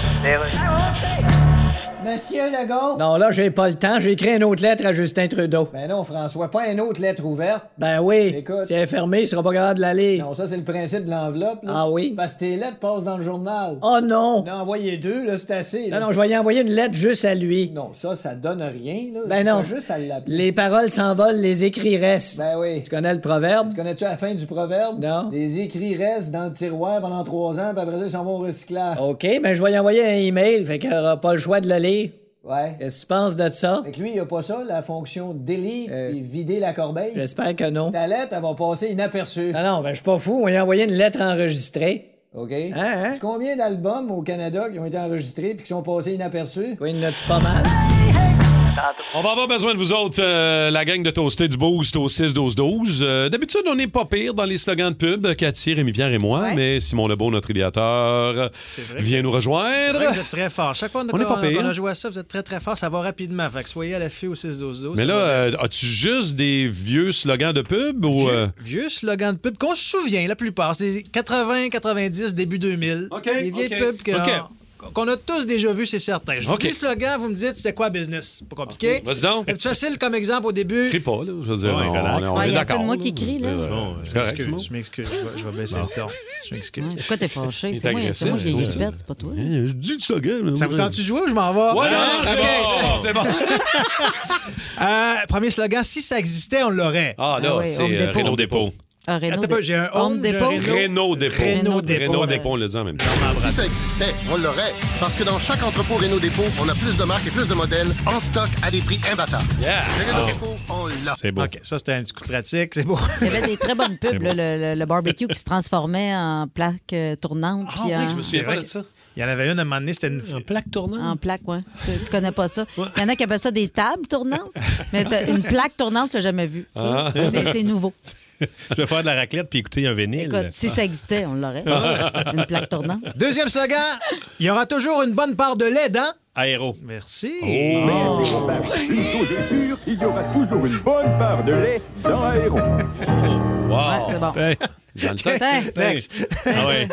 [SPEAKER 19] Monsieur Legault.
[SPEAKER 8] Non, là, j'ai pas le temps. J'ai écrit une autre lettre à Justin Trudeau.
[SPEAKER 19] Ben non, François, pas une autre lettre ouverte.
[SPEAKER 8] Ben oui.
[SPEAKER 19] Écoute.
[SPEAKER 8] Si elle est fermée, il sera pas capable de la lire.
[SPEAKER 19] Non, ça, c'est le principe de l'enveloppe. là.
[SPEAKER 8] Ah oui?
[SPEAKER 19] C'est Parce que tes lettres passent dans le journal.
[SPEAKER 8] Oh non!
[SPEAKER 19] On a envoyé deux, là, c'est assez. là.
[SPEAKER 8] Non, non, je vais y envoyer une lettre juste à lui.
[SPEAKER 19] Non, ça, ça donne rien, là.
[SPEAKER 8] Ben non.
[SPEAKER 19] T'as juste à l'appeler.
[SPEAKER 8] Les paroles s'envolent, les écrits restent.
[SPEAKER 19] Ben oui.
[SPEAKER 8] Tu connais le proverbe?
[SPEAKER 19] Tu connais-tu la fin du proverbe?
[SPEAKER 8] Non.
[SPEAKER 19] Les écrits restent dans le tiroir pendant trois ans, puis après ça, ils s'en vont au recyclage.
[SPEAKER 8] OK, ben je vais y envoyer un email, fait qu'il aura pas le choix de le lire.
[SPEAKER 19] Ouais.
[SPEAKER 8] Qu'est-ce que tu penses de ça? Euh.
[SPEAKER 19] Fait que lui, il a pas ça, la fonction délire puis vider la corbeille.
[SPEAKER 8] J'espère que non.
[SPEAKER 19] Ta lettre, elle va passer inaperçue.
[SPEAKER 8] Non, non, ben je suis pas fou, on va y envoyer une lettre enregistrée.
[SPEAKER 19] OK?
[SPEAKER 8] Hein, hein?
[SPEAKER 19] C'est Combien d'albums au Canada qui ont été enregistrés puis qui sont passés inaperçus?
[SPEAKER 8] Oui, il y en a-tu pas mal?
[SPEAKER 3] On va avoir besoin de vous autres, euh, la gang de Toasté du Boost au 6-12-12. Euh, D'habitude, on n'est pas pire dans les slogans de pub, Cathy, Rémi-Pierre et moi, mais Simon Lebeau, notre idéateur,
[SPEAKER 20] vrai
[SPEAKER 3] vient
[SPEAKER 20] C'est
[SPEAKER 3] nous
[SPEAKER 20] vrai
[SPEAKER 3] rejoindre.
[SPEAKER 20] que vous êtes très fort. Chaque fois qu'on
[SPEAKER 3] On est
[SPEAKER 20] a,
[SPEAKER 3] pas
[SPEAKER 20] qu'on a-
[SPEAKER 3] pire.
[SPEAKER 20] qu'on a joué à ça, vous êtes très très fort. Ça va rapidement. Fait que soyez à l'affût au 6-12-12.
[SPEAKER 3] Mais
[SPEAKER 20] Ça
[SPEAKER 3] là,
[SPEAKER 20] va
[SPEAKER 3] euh, as-tu juste des vieux slogans de pub ou... euh,
[SPEAKER 20] vieux slogan de pub qu'on se souvient la plupart. C'est 80, 90, début 2000. Des vieilles
[SPEAKER 3] ok,
[SPEAKER 20] pubs que-
[SPEAKER 3] ok.
[SPEAKER 20] qu'on a tous déjà vues, c'est certain. Je
[SPEAKER 3] Ok.
[SPEAKER 20] vous dis slogan, vous me dites c'est quoi business. Pas compliqué.
[SPEAKER 3] Vas-y donc.
[SPEAKER 20] C'est facile comme exemple au début.
[SPEAKER 3] Crie pas, là, je veux dire,
[SPEAKER 20] Ouais,
[SPEAKER 3] on,
[SPEAKER 20] relax.
[SPEAKER 3] on
[SPEAKER 20] Ouais,
[SPEAKER 3] est
[SPEAKER 20] il y a ça de
[SPEAKER 3] d'accord.
[SPEAKER 20] moi qui crie, là.
[SPEAKER 3] C'est
[SPEAKER 20] C'est bon,
[SPEAKER 3] c'est
[SPEAKER 20] je
[SPEAKER 3] correct,
[SPEAKER 20] m'excuse,
[SPEAKER 3] Simon.
[SPEAKER 20] je m'excuse, je vais- je vais baisser le ton. Je m'excuse.
[SPEAKER 3] Pourquoi
[SPEAKER 20] t'es fâché?
[SPEAKER 3] Il est C'est moi- c'est agressif, moi qui ai je eu trouve, le bête, ça.
[SPEAKER 20] c'est pas toi.
[SPEAKER 3] Je dis le slogan. là,
[SPEAKER 20] Ça vous
[SPEAKER 3] moi.
[SPEAKER 20] tente de jouer ou je m'en vais?
[SPEAKER 3] Ouais,
[SPEAKER 20] Hein?
[SPEAKER 3] non, c'est
[SPEAKER 20] Ok.
[SPEAKER 3] bon, c'est bon.
[SPEAKER 20] Euh, premier slogan, si ça existait, on l'aurait.
[SPEAKER 3] Ah là, c'est euh, Renault Dépôt.
[SPEAKER 5] Ah,
[SPEAKER 20] Attends un peu, j'ai un Home Depot.
[SPEAKER 3] Renault Dépôt.
[SPEAKER 20] Renault Dépôt.
[SPEAKER 3] Renault Dépôt, on le dit en même temps.
[SPEAKER 21] Si ça existait, on l'aurait. Parce que dans chaque entrepôt Renault Dépôt, on a plus de marques et plus de modèles en stock à des prix imbattables. Le Renault
[SPEAKER 20] Oh.
[SPEAKER 21] Dépôt, on
[SPEAKER 3] Ah.
[SPEAKER 21] l'a.
[SPEAKER 20] C'est beau. OK, ça, c'était un petit coup de pratique. C'est beau.
[SPEAKER 5] Il y avait des très bonnes pubs, là, le, le- le barbecue qui se transformait en plaque euh,
[SPEAKER 3] Ah
[SPEAKER 5] tournante.
[SPEAKER 20] Ah
[SPEAKER 5] puis en...
[SPEAKER 20] C'est vrai que- Il y en avait une à un moment donné, c'était une. Un plaque tournante.
[SPEAKER 5] En plaque, oui. Tu, tu connais pas ça. Il y en a qui appellent ça des tables tournantes, mais t'as- une plaque tournante, tu l'as jamais vu.
[SPEAKER 6] Ah.
[SPEAKER 5] C'est c'est nouveau.
[SPEAKER 6] Je vais faire de la raclette puis écouter un vinyle.
[SPEAKER 5] Écoute, si ça existait, on l'aurait.
[SPEAKER 6] Ah.
[SPEAKER 5] Une plaque tournante.
[SPEAKER 20] Deuxième slogan, il y aura toujours une bonne part de lait dans.
[SPEAKER 6] Aéro.
[SPEAKER 20] Merci.
[SPEAKER 6] Oh.
[SPEAKER 20] Il y aura toujours une bonne part de lait dans Aéro.
[SPEAKER 3] Wow.
[SPEAKER 20] c'est bon.
[SPEAKER 3] Dans le temps.
[SPEAKER 20] Hey, next.
[SPEAKER 3] Ah ouais.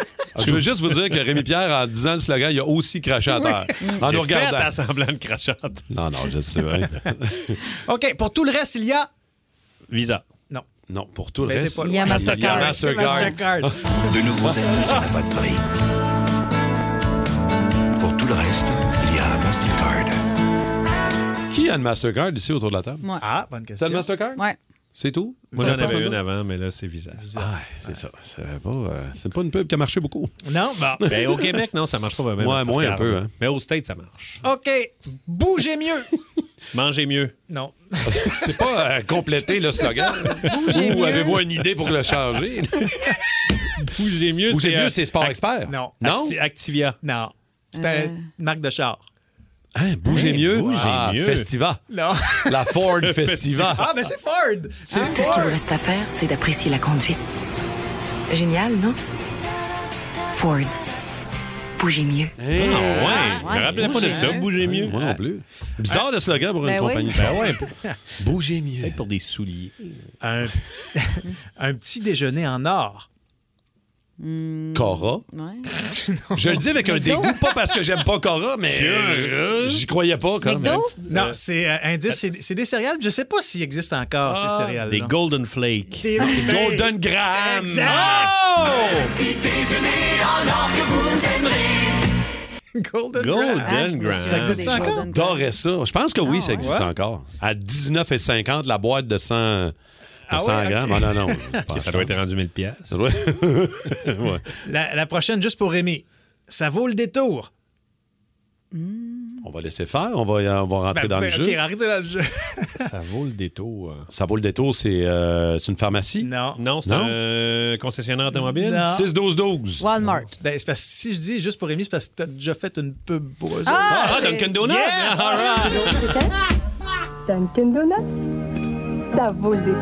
[SPEAKER 3] Je veux juste vous dire que Rémi Pierre, en disant le slogan, il a aussi craché à terre.
[SPEAKER 20] Oui.
[SPEAKER 3] En
[SPEAKER 20] J'ai
[SPEAKER 3] nous regardant.
[SPEAKER 20] fait à
[SPEAKER 6] semblant de crachante.
[SPEAKER 3] Non, non, je sais. hein.
[SPEAKER 20] OK, pour tout le reste, il y a.
[SPEAKER 6] Visa.
[SPEAKER 20] Non.
[SPEAKER 3] Non, pour tout le
[SPEAKER 20] Ben, t'es
[SPEAKER 3] reste.
[SPEAKER 20] pas loin. Il y a Mastercard.
[SPEAKER 3] Mastercard.
[SPEAKER 20] Mastercard.
[SPEAKER 22] De nouveaux amis sur la boîte Ah. de prix. Pour tout le reste, il y a Mastercard.
[SPEAKER 3] Qui a une Mastercard ici autour de la table?
[SPEAKER 20] Ah, bonne question.
[SPEAKER 3] T'as le Mastercard?
[SPEAKER 5] Ouais.
[SPEAKER 3] C'est tout?
[SPEAKER 6] Moi, j'en
[SPEAKER 3] Personne
[SPEAKER 6] avais une
[SPEAKER 3] d'autre?
[SPEAKER 6] avant, mais là, c'est Visa.
[SPEAKER 3] Ah, c'est ça. C'est pas, euh, c'est pas une pub qui a marché beaucoup.
[SPEAKER 20] Non, bon.
[SPEAKER 6] Ben, au Québec, non, ça marche pas vraiment.
[SPEAKER 3] Ouais,
[SPEAKER 6] Mastercard.
[SPEAKER 3] moins un peu, hein.
[SPEAKER 6] Mais aux States, ça marche.
[SPEAKER 20] OK, bougez mieux.
[SPEAKER 6] Mangez mieux.
[SPEAKER 20] Non.
[SPEAKER 3] c'est pas euh, compléter le
[SPEAKER 6] C'est
[SPEAKER 3] slogan.
[SPEAKER 6] ça. Bougez
[SPEAKER 3] Ou
[SPEAKER 6] mieux.
[SPEAKER 3] avez-vous une idée pour le changer?
[SPEAKER 6] Bougez mieux,
[SPEAKER 3] Bougez
[SPEAKER 6] c'est,
[SPEAKER 3] mieux,
[SPEAKER 6] euh,
[SPEAKER 3] c'est Sport
[SPEAKER 6] ac-
[SPEAKER 3] Expert.
[SPEAKER 20] Non.
[SPEAKER 3] Non?
[SPEAKER 6] Acti- Activia.
[SPEAKER 20] Non. C'est
[SPEAKER 6] Euh.
[SPEAKER 20] un- une marque de char.
[SPEAKER 3] Bougez
[SPEAKER 6] Hey,
[SPEAKER 3] Hein, mieux.
[SPEAKER 6] bougez
[SPEAKER 3] Ah,
[SPEAKER 6] mieux.
[SPEAKER 3] Festiva.
[SPEAKER 20] Non.
[SPEAKER 3] La Ford Festiva.
[SPEAKER 20] Ah, ben c'est Ford. C'est
[SPEAKER 10] Tout ce qu'il vous reste à faire, c'est d'apprécier la conduite. Génial, non? Ford. Bougez mieux.
[SPEAKER 6] Ah, ouais.
[SPEAKER 3] Ah,
[SPEAKER 6] Je me rappelais pas de ça. Bougez mieux. Ah.
[SPEAKER 3] Moi non plus. Bizarre le slogan pour
[SPEAKER 20] Ben
[SPEAKER 3] une
[SPEAKER 20] oui.
[SPEAKER 3] compagnie.
[SPEAKER 20] Ben ouais.
[SPEAKER 3] Bougez mieux.
[SPEAKER 6] Peut-être pour des souliers.
[SPEAKER 20] Un, un petit déjeuner en or.
[SPEAKER 3] Cora. Je le dis avec un
[SPEAKER 20] McDo.
[SPEAKER 3] dégoût, pas parce que j'aime pas Cora, mais euh, j'y croyais pas. Comme un petit-
[SPEAKER 20] Non, c'est euh, indice, c'est c'est des céréales. Je sais pas s'ils existent encore,
[SPEAKER 6] Ah.
[SPEAKER 20] ces céréales.
[SPEAKER 6] Des Golden Flakes.
[SPEAKER 20] Des-
[SPEAKER 6] Golden Graham.
[SPEAKER 20] Exact.
[SPEAKER 6] Ah!
[SPEAKER 21] Petit déjeuner en or que vous aimerez.
[SPEAKER 20] Golden,
[SPEAKER 6] Ah,
[SPEAKER 3] Golden Grand.
[SPEAKER 20] Ça existe ça encore?
[SPEAKER 3] J'adorais ça. Je pense que oui, ça
[SPEAKER 20] ouais?
[SPEAKER 3] existe
[SPEAKER 20] Ouais.
[SPEAKER 3] encore. À 19,50, la boîte de 100, de
[SPEAKER 20] Ah
[SPEAKER 3] 100
[SPEAKER 20] ouais,
[SPEAKER 3] grammes.
[SPEAKER 20] ok.
[SPEAKER 3] Ah non, non.
[SPEAKER 20] Ok,
[SPEAKER 6] ça doit être rendu 1000 pièces.
[SPEAKER 3] ouais.
[SPEAKER 20] La, la prochaine, juste pour Rémi. Ça vaut le détour.
[SPEAKER 3] On va laisser faire. On va, euh, on va rentrer
[SPEAKER 20] Ben,
[SPEAKER 3] dans le
[SPEAKER 20] fait-
[SPEAKER 3] jeu.
[SPEAKER 20] OK, arrêtez dans le jeu.
[SPEAKER 6] Ça vaut le détour.
[SPEAKER 3] Ça vaut le détour. C'est euh, c'est une pharmacie? Non.
[SPEAKER 6] Non, c'est un euh, concessionnaire automobile.
[SPEAKER 20] Non.
[SPEAKER 3] 6-12-12.
[SPEAKER 5] Walmart.
[SPEAKER 20] Ben, c'est parce que si je dis juste pour Rémi, c'est parce que t'as déjà fait une pub pour eux
[SPEAKER 6] Ah,
[SPEAKER 20] autres.
[SPEAKER 6] ah, Dunkin' Donuts?
[SPEAKER 20] Yes!
[SPEAKER 6] All
[SPEAKER 1] Dunkin' Donuts, ça vaut le détour.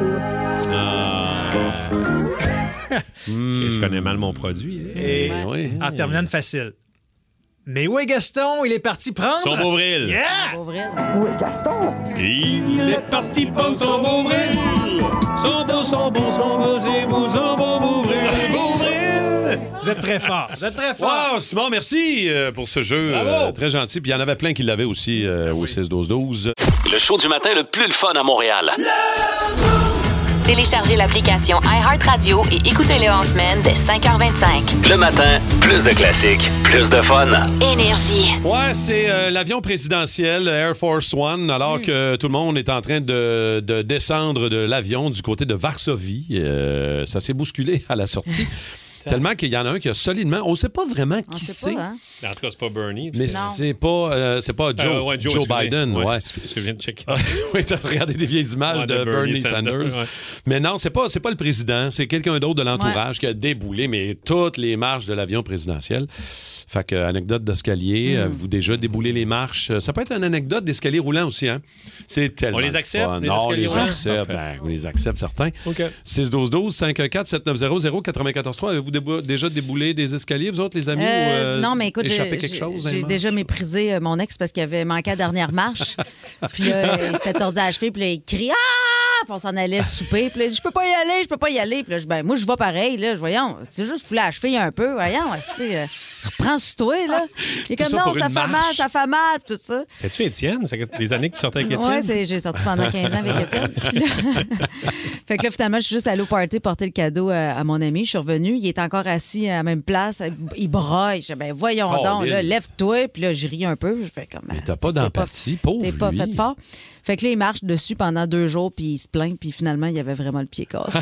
[SPEAKER 6] Ah. Ok, je
[SPEAKER 3] Hmm.
[SPEAKER 6] connais mal mon produit. hein.
[SPEAKER 20] Et
[SPEAKER 3] Eh
[SPEAKER 20] en terminant de facile. Mais où est Gaston? Il est parti prendre...
[SPEAKER 6] Son Beauvril.
[SPEAKER 20] Yeah!
[SPEAKER 1] Où est Gaston?
[SPEAKER 6] Il est parti prendre son beau vril. Son beau, son bon, son beau, c'est beau, son beau beau vril. Beau vril.
[SPEAKER 20] Vous êtes très fort. Vous êtes très fort.
[SPEAKER 3] Wow, Simon, merci euh, pour ce jeu. euh, très gentil. Puis il y en avait plein qui l'avaient aussi euh,
[SPEAKER 6] Ben
[SPEAKER 3] au 6-12-12.
[SPEAKER 7] Le show du matin le plus le fun à Montréal.
[SPEAKER 23] Téléchargez l'application iHeartRadio et écoutez-le en semaine dès 5h25.
[SPEAKER 7] Le matin, plus de classiques, plus de fun.
[SPEAKER 23] Énergie.
[SPEAKER 3] Ouais, c'est euh, l'avion présidentiel euh, Air Force One, alors que tout le monde est en train de, de descendre de l'avion du côté de Varsovie. Euh, ça s'est bousculé à la sortie. Tellement qu'il y en a un qui a solidement. On ne sait pas hein? vraiment qui c'est.
[SPEAKER 20] hein.
[SPEAKER 6] En tout cas, c'est pas Bernie.
[SPEAKER 3] Mais c'est pas, euh, c'est pas Joe,
[SPEAKER 6] Euh, ouais, Joe,
[SPEAKER 3] Joe,
[SPEAKER 6] excusez.
[SPEAKER 3] Biden. Ouais.
[SPEAKER 6] Ouais, parce que je viens de checker.
[SPEAKER 3] oui, t'as regardé des vieilles images
[SPEAKER 6] Ouais,
[SPEAKER 3] de, Bernie, Sanders.
[SPEAKER 6] ouais.
[SPEAKER 3] Mais non, c'est pas, c'est pas le président, c'est quelqu'un d'autre de l'entourage qui a déboulé, mais toutes les marches de l'avion présidentiel. Fait que, anecdote d'escalier, euh, vous déjà déboulez les marches. Euh, Ça peut être une anecdote d'escalier roulant aussi, hein? C'est tellement.
[SPEAKER 6] On les
[SPEAKER 3] le
[SPEAKER 6] accepte,
[SPEAKER 3] fun.
[SPEAKER 6] les
[SPEAKER 3] non, on
[SPEAKER 6] escaliers
[SPEAKER 3] les
[SPEAKER 6] roulants?
[SPEAKER 3] accepte.
[SPEAKER 6] Parfait.
[SPEAKER 3] ben, on les accepte, certains.
[SPEAKER 6] OK.
[SPEAKER 3] 612-12-514-7900-943. Avez-vous débou- déjà déboulé des escaliers, vous autres, les amis? ou,
[SPEAKER 5] Euh,
[SPEAKER 3] euh,
[SPEAKER 5] non, mais écoute,
[SPEAKER 3] échappé
[SPEAKER 5] j'ai
[SPEAKER 3] quelque chose?
[SPEAKER 5] j'ai-
[SPEAKER 3] dans les marches?
[SPEAKER 5] j'ai déjà méprisé euh, mon ex parce qu'il avait manqué la dernière marche. puis là, il s'était tordu à la cheville, puis là, il crie Ah! Puis on s'en allait souper. Puis là, il dit, Je peux pas y aller, je peux pas y aller. Puis là, je dis, ben, moi, je vais pareil. Là, Je dis, voyons, c'est juste pour la cheville un peu. Voyons, tu sais, euh, reprends-toi. là. Il est
[SPEAKER 6] Tout
[SPEAKER 5] comme
[SPEAKER 6] ça
[SPEAKER 5] Non,
[SPEAKER 6] pour
[SPEAKER 5] ça fait
[SPEAKER 6] une
[SPEAKER 5] mal,
[SPEAKER 6] marche.
[SPEAKER 5] ça fait mal, puis tout ça.
[SPEAKER 6] C'est-tu Étienne? C'est que- les années que tu sortais avec Étienne?
[SPEAKER 5] Ouais, c'est- j'ai sorti pendant 15 ans avec Étienne. Puis là- fait que là, finalement, je suis juste allée au party porter le cadeau euh, à, à mon ami. Je suis revenue. Il est encore assis à la même place. Il braille. Je dis, ben voyons
[SPEAKER 3] Oh,
[SPEAKER 5] donc, là,
[SPEAKER 3] Lynn.
[SPEAKER 5] lève-toi. Puis là, je ris un peu. Je fais comme. Ah,
[SPEAKER 3] Mais t'as pas d'empathie, pauvre.
[SPEAKER 5] T'es pas
[SPEAKER 3] lui.
[SPEAKER 5] fait fort. Fait que là, il marche dessus pendant deux jours, puis il se plaint, puis finalement, il avait vraiment le pied cassé.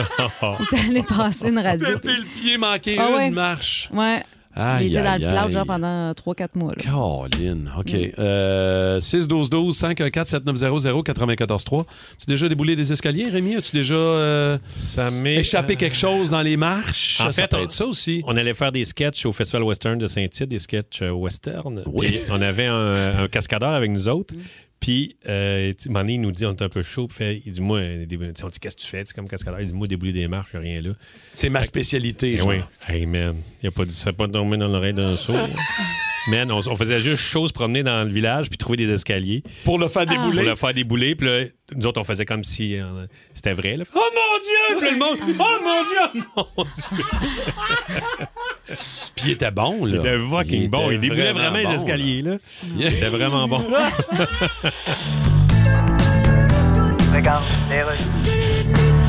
[SPEAKER 5] il était allé passer une radio.
[SPEAKER 3] Pépé le pied manqué
[SPEAKER 5] Ah
[SPEAKER 3] une
[SPEAKER 5] ouais.
[SPEAKER 3] marche.
[SPEAKER 5] Ouais.
[SPEAKER 3] Aïe,
[SPEAKER 5] il était dans
[SPEAKER 3] aïe,
[SPEAKER 5] le plâtre,
[SPEAKER 3] aïe.
[SPEAKER 5] genre, pendant 3-4 mois. là.
[SPEAKER 3] Caroline, OK.
[SPEAKER 6] Mm.
[SPEAKER 3] Euh, 612-12-514-7900-943. Tu as déjà déboulé des escaliers, Rémi? As-tu déjà euh, échappé quelque chose dans les marches?
[SPEAKER 6] euh, En
[SPEAKER 3] Ça
[SPEAKER 6] fait,
[SPEAKER 3] peut être ça aussi.
[SPEAKER 6] On allait faire des sketchs au Festival Western de Saint-Tite, des sketchs euh, western.
[SPEAKER 3] Oui. Mm.
[SPEAKER 6] Puis on avait un, un cascadeur avec nous autres. Puis, euh, tu sais, un moment donné, il nous dit, on est un peu chaud. Puis fait, il dit, moi, euh, des- tu sais, on dit, qu'est-ce que tu fais? Tu sais, comme cascadeur, il dit, moi, débouler des marches, je rien là.
[SPEAKER 3] C'est ma spécialité,
[SPEAKER 6] Eh
[SPEAKER 3] genre.
[SPEAKER 6] oui. Hey, man, il a pas, dit- ça n'a pas dormi dans l'oreille d'un sourd.
[SPEAKER 3] hein.
[SPEAKER 6] Man, on, on faisait juste chaud, se promener dans le village, puis trouver des escaliers.
[SPEAKER 3] Pour le faire
[SPEAKER 6] débouler. Pour le faire débouler. Puis là, nous autres, on faisait comme si euh, c'était vrai. là. Oh mon Dieu! Puis là, le monde, oh mon Dieu! Oh mon Dieu!
[SPEAKER 3] Puis il était bon, là.
[SPEAKER 6] Il était fucking bon. Il déboulait vraiment les escaliers, là. Il était vraiment bon.
[SPEAKER 8] Regarde,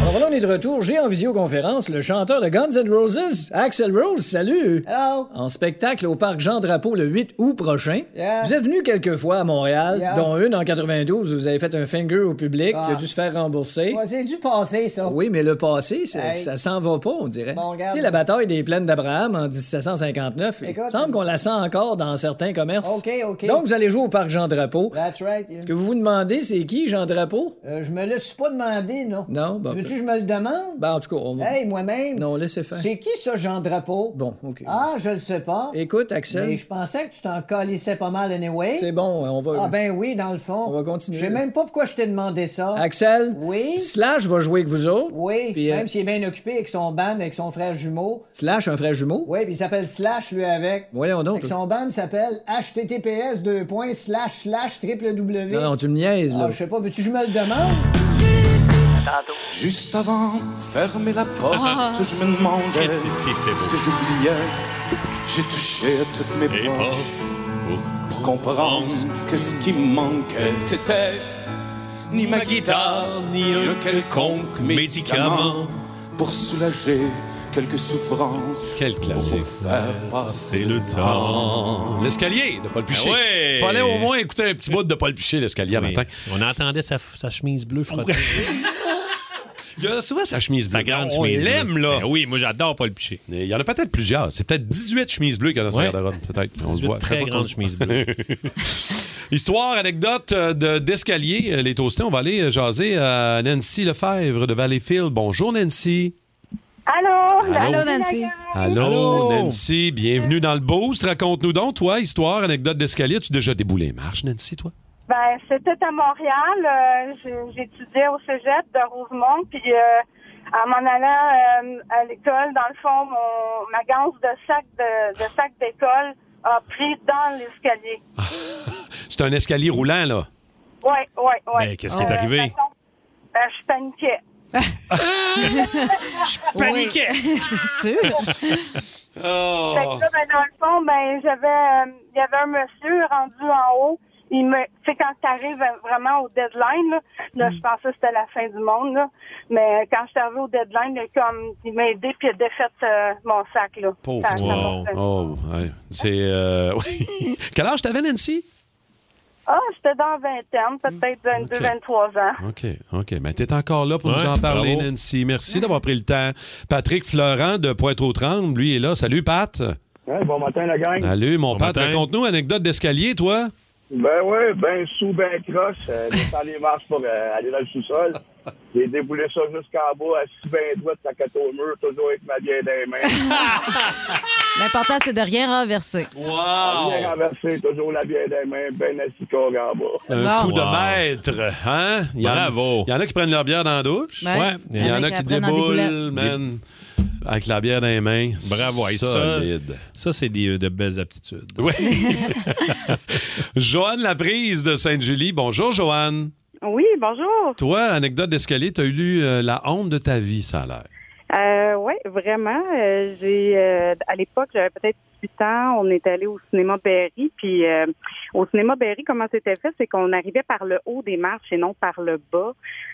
[SPEAKER 8] Alors voilà, on est de retour. J'ai en visioconférence le chanteur de Guns N' Roses, Axel Rose. Salut!
[SPEAKER 19] Hello.
[SPEAKER 8] En spectacle au Parc Jean-Drapeau le 8 août prochain.
[SPEAKER 19] Yeah.
[SPEAKER 8] Vous êtes venu quelques fois à Montréal,
[SPEAKER 19] Yeah.
[SPEAKER 8] dont une en 92 où vous avez fait un finger au public
[SPEAKER 19] Ah.
[SPEAKER 8] qui a dû se faire rembourser.
[SPEAKER 19] Ouais, c'est du passé, ça.
[SPEAKER 8] Oui, mais le passé, ça,
[SPEAKER 19] Hey.
[SPEAKER 8] ça s'en va pas, on dirait.
[SPEAKER 19] Bon, regarde.
[SPEAKER 8] tu sais, la bataille des plaines d'Abraham en 1759,
[SPEAKER 19] Écoute.
[SPEAKER 8] il semble qu'on la sent encore dans certains commerces.
[SPEAKER 19] OK, OK.
[SPEAKER 8] Donc, vous allez jouer au Parc Jean-Drapeau.
[SPEAKER 19] That's right. yeah.
[SPEAKER 8] Ce que vous vous demandez, c'est qui, Jean-Drapeau?
[SPEAKER 19] Euh, je me le suis pas demandé, non.
[SPEAKER 8] Non, bah,
[SPEAKER 19] Tu Veux-tu que je me le demande?
[SPEAKER 8] Ben, en tout cas, on...
[SPEAKER 19] Hey, moi-même.
[SPEAKER 8] Non, laissez faire.
[SPEAKER 19] C'est qui ça, Jean Drapeau?
[SPEAKER 8] Bon, OK.
[SPEAKER 19] Ah, je le sais pas.
[SPEAKER 8] Écoute, Axel.
[SPEAKER 19] Mais je pensais que tu t'en calissais pas mal anyway.
[SPEAKER 8] C'est bon, on va.
[SPEAKER 19] Ah ben oui, dans le fond. On va continuer. Je sais même pas pourquoi je t'ai demandé ça.
[SPEAKER 8] Axel?
[SPEAKER 19] Oui?
[SPEAKER 8] Slash va jouer avec vous autres.
[SPEAKER 19] Oui,
[SPEAKER 8] Puis, euh,
[SPEAKER 19] même s'il est bien occupé avec son band, avec son frère jumeau.
[SPEAKER 8] Slash, un frère jumeau.
[SPEAKER 19] Oui, puis il s'appelle Slash, lui, avec.
[SPEAKER 8] Voyons donc.
[SPEAKER 19] Fait que son band s'appelle https slash slash triple W.
[SPEAKER 8] Non, non, tu me niaises, là.
[SPEAKER 19] Ah, je sais pas, veux-tu que je me le demande?
[SPEAKER 12] Juste avant de fermer la porte,
[SPEAKER 19] Ah.
[SPEAKER 12] je me demandais
[SPEAKER 6] Qu'est-ce que c'est, c'est beau.
[SPEAKER 12] ce que j'oubliais. J'ai touché à toutes mes poches pour comprendre que ce qui me manquait, c'était ni ma guitare, ni un quelconque médicament pour soulager
[SPEAKER 24] quelques souffrances.
[SPEAKER 3] Quel classique.
[SPEAKER 24] Faire passer
[SPEAKER 3] le temps. L'escalier de Paul Piché.
[SPEAKER 6] Ah ouais.
[SPEAKER 3] Fallait au moins écouter un petit bout de Paul Piché, l'escalier à
[SPEAKER 6] Oui.
[SPEAKER 3] matin.
[SPEAKER 6] On entendait sa, sa chemise bleue frotter.
[SPEAKER 3] Il y a souvent sa chemise bleue.
[SPEAKER 6] Sa grande
[SPEAKER 3] on
[SPEAKER 6] chemise
[SPEAKER 3] l'aime,
[SPEAKER 6] bleue.
[SPEAKER 3] là.
[SPEAKER 6] Ben oui, moi, j'adore Paul Piché.
[SPEAKER 3] Il y en a peut-être plusieurs. C'est peut-être 18 chemises bleues qu'il y a dans sa
[SPEAKER 6] Ouais.
[SPEAKER 3] garde-robe, peut-être. On le
[SPEAKER 6] 18
[SPEAKER 3] voit.
[SPEAKER 6] très
[SPEAKER 3] Chaque fois
[SPEAKER 6] grandes
[SPEAKER 3] qu'on-
[SPEAKER 6] chemises bleues.
[SPEAKER 3] Histoire, anecdote euh, de- d'escalier, euh, les toastés. On va aller euh, jaser à Nancy Lefebvre de Valleyfield. Bonjour, Nancy.
[SPEAKER 1] Allô?
[SPEAKER 5] Allô, Nancy.
[SPEAKER 3] Allô,
[SPEAKER 5] Allô.
[SPEAKER 3] Nancy. Bienvenue dans le Boost. Raconte-nous donc, toi, histoire, anecdote d'escalier. As-tu déjà déboulé les marches, Nancy, toi?
[SPEAKER 1] Ben, c'était à Montréal. euh, j'ai- J'étudiais au cégep de Rosemont. Puis, euh, en m'en allant euh, à l'école, dans le fond, mon, ma ganse de sac de, de sac d'école a pris dans l'escalier.
[SPEAKER 3] C'est un escalier roulant, là.
[SPEAKER 1] Ouais, ouais, ouais.
[SPEAKER 3] Ben, qu'est-ce qui est arrivé?
[SPEAKER 1] de toute façon, Ben, je paniquais. je
[SPEAKER 5] paniquais. C'est sûr.
[SPEAKER 1] Fait
[SPEAKER 3] Oh.
[SPEAKER 1] que là, ben, dans le fond, ben, j'avais, euh, il y avait un monsieur rendu en haut. Il me, tu sais, quand t'arrives euh, vraiment au deadline, là, là,
[SPEAKER 3] Mm.
[SPEAKER 1] je pensais que c'était la fin du monde, là. Mais quand je suis arrivée au deadline, là, comme, il m'a aidé puis il a défait euh, mon sac, là.
[SPEAKER 3] Pauvre.
[SPEAKER 1] Ça- ça m'a
[SPEAKER 3] Wow.
[SPEAKER 1] fait-
[SPEAKER 3] Oh, ouais. C'est. euh, oui. Quel âge t'avais, Nancy?
[SPEAKER 1] Ah, j'étais dans vingtaine,
[SPEAKER 3] Mm.
[SPEAKER 1] peut-être 22, 23 ans.
[SPEAKER 3] OK, OK. Mais t'es encore là pour
[SPEAKER 6] Ouais,
[SPEAKER 3] nous en parler,
[SPEAKER 6] bravo.
[SPEAKER 3] Nancy. Merci d'avoir pris le temps. Patrick Florent de Pointe-aux-Trembles, lui, est là. Salut, Pat.
[SPEAKER 9] Ouais, bon matin, la gang.
[SPEAKER 3] Salut, mon Pat.
[SPEAKER 9] matin.
[SPEAKER 3] Raconte-nous anecdote d'escalier, toi.
[SPEAKER 9] Ben ouais, ben sous, ben croche, euh, descend les marches pour euh, aller dans le sous-sol. J'ai déboulé ça jusqu'en bas, assis ben droit, sac à dos au mur, toujours avec ma bière dans les mains.
[SPEAKER 5] L'important, c'est de rien renverser.
[SPEAKER 9] Bien renversé, toujours la bière dans les mains, ben assis corps en bas.
[SPEAKER 3] Un coup de maître, hein? Il y en-
[SPEAKER 6] Bravo.
[SPEAKER 3] Il y en a qui prennent leur bière dans la douche.
[SPEAKER 6] Ouais. Ouais.
[SPEAKER 3] Il y en a qui
[SPEAKER 5] apprennent en
[SPEAKER 3] déboulent,
[SPEAKER 5] déboulant.
[SPEAKER 3] man, avec la bière dans les mains.
[SPEAKER 6] Bravo, et ça,
[SPEAKER 3] Solide.
[SPEAKER 6] ça c'est des, euh, de belles aptitudes.
[SPEAKER 3] Oui. Joanne Laprise de Sainte-Julie. Bonjour, Joanne.
[SPEAKER 10] Oui, bonjour.
[SPEAKER 3] Toi, anecdote d'escalier, t'as eu euh, la honte de ta vie, ça a l'air.
[SPEAKER 10] Euh, oui, vraiment. euh, j'ai euh, à l'époque, j'avais peut-être 18 ans, on est allé au cinéma Berry. Puis euh, au cinéma Berry, comment c'était fait, c'est qu'on arrivait par le haut des marches et non par le bas.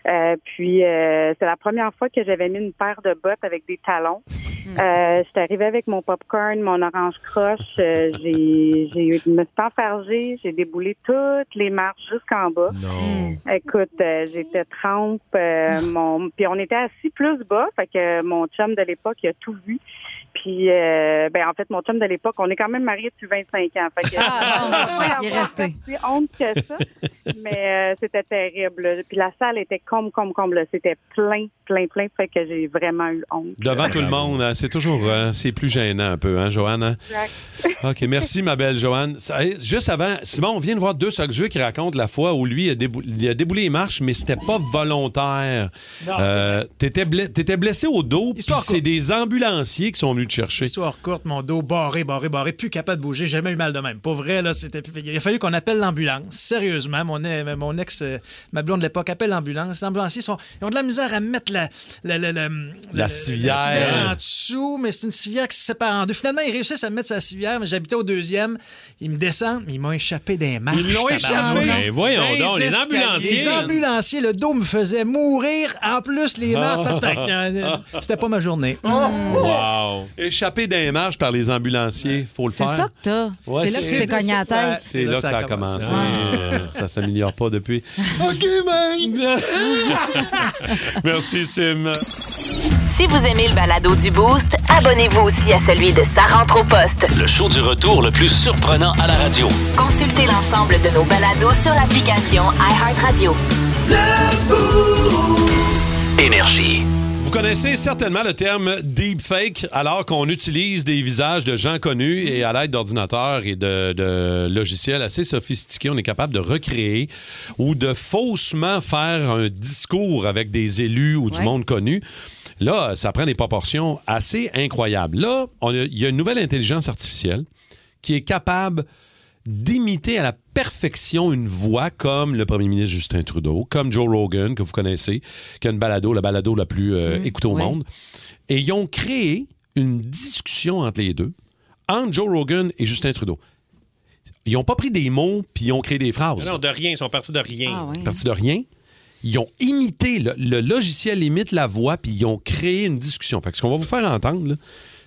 [SPEAKER 10] Euh, puis euh, c'est la première fois que j'avais mis une paire de bottes avec des talons.
[SPEAKER 5] Mm.
[SPEAKER 10] Euh, J'étais arrivée avec mon popcorn, mon orange croche. euh, j'ai, j'ai, je me suis enfargée, j'ai déboulé toutes les marches jusqu'en bas. Écoute, euh, j'étais trempe. euh,
[SPEAKER 5] Mm.
[SPEAKER 10] mon, puis on était assis plus bas, fait que mon chum de l'époque il a tout vu. Puis, euh, ben en fait, mon chum de l'époque, on est quand même mariés depuis 25 ans. Fait que, Ah,
[SPEAKER 5] il est resté.
[SPEAKER 10] plus honte que ça, mais euh, c'était terrible. Puis la salle était comme, comme, comme. là. C'était plein, plein, plein. Fait que j'ai vraiment eu honte.
[SPEAKER 3] Devant tout le monde, hein, c'est toujours euh, c'est plus gênant un peu, hein, Joanne? hein? OK, merci, ma belle Joanne. Ça, hey, juste avant, Simon, on vient de voir deux socs jeux qui racontent la fois où lui a, débou- il a déboulé les marches, mais c'était pas volontaire.
[SPEAKER 20] Non.
[SPEAKER 3] Euh, T'étais ble- t'étais blessé au dos, puis
[SPEAKER 20] Histoire
[SPEAKER 3] c'est
[SPEAKER 20] courte.
[SPEAKER 3] des ambulanciers qui sont venus te chercher.
[SPEAKER 20] Histoire courte, mon dos barré, barré, barré, plus capable de bouger, j'ai jamais eu mal de même. Pour vrai, là, c'était. Il a fallu qu'on appelle l'ambulance. Sérieusement, mon, e- mon ex, euh, ma blonde de l'époque, appelle l'ambulance. Les ambulanciers sont, ils ont de la misère à mettre la, la, la, la- la-
[SPEAKER 3] civière.
[SPEAKER 20] en dessous, mais c'est une civière qui se sépare en deux. Finalement, ils réussissent à mettre sa civière, mais j'habitais au deuxième. Ils me descendent, mais ils m'ont échappé des marches.
[SPEAKER 6] Ils l'ont
[SPEAKER 20] tabarnak.
[SPEAKER 6] échappé. Mais voyons Ah Des donc, les escaliers. ambulanciers.
[SPEAKER 20] Les ambulanciers, le dos me faisait mourir. En plus,
[SPEAKER 6] Ah.
[SPEAKER 20] les marches. tac, tac, euh, C'était pas ma journée.
[SPEAKER 3] Wow! Échapper d'un marche par les ambulanciers, faut le
[SPEAKER 20] C'est
[SPEAKER 3] faire.
[SPEAKER 20] ça que t'as.
[SPEAKER 3] Ouais,
[SPEAKER 20] C'est là que tu t'es
[SPEAKER 5] cogné à la tête.
[SPEAKER 3] C'est là que ça a commencé. Euh, Ça s'améliore pas depuis.
[SPEAKER 20] OK, man!
[SPEAKER 3] Merci, Sim.
[SPEAKER 7] Si vous aimez le balado du Boost, abonnez-vous aussi à celui de Sa rentre au poste.
[SPEAKER 12] Le show du retour le plus surprenant à la radio.
[SPEAKER 7] Consultez l'ensemble de nos balados sur l'application iHeartRadio.
[SPEAKER 12] Énergie.
[SPEAKER 3] Vous connaissez certainement le terme deepfake, alors qu'on utilise des visages de gens connus et à l'aide d'ordinateurs et de, de logiciels assez sophistiqués, on est capable de recréer ou de faussement faire un discours avec des élus ou du
[SPEAKER 25] Ouais.
[SPEAKER 3] monde connu. Là, ça prend des proportions assez incroyables. Là, on a- il y a une nouvelle intelligence artificielle qui est capable d'imiter à la perfection une voix comme le premier ministre Justin Trudeau, comme Joe Rogan, que vous connaissez, qui a une balado, la balado la plus euh, écoutée au
[SPEAKER 25] ouais.
[SPEAKER 3] monde. Et ils ont créé une discussion entre les deux, entre Joe Rogan et Justin Trudeau. Ils n'ont pas pris des mots, puis ils ont créé des phrases.
[SPEAKER 6] Non, de rien, ils sont partis de rien.
[SPEAKER 3] Parti de rien. Ils ont imité, le, le logiciel imite la voix, puis ils ont créé une discussion. Fait que ce qu'on va vous faire entendre, là,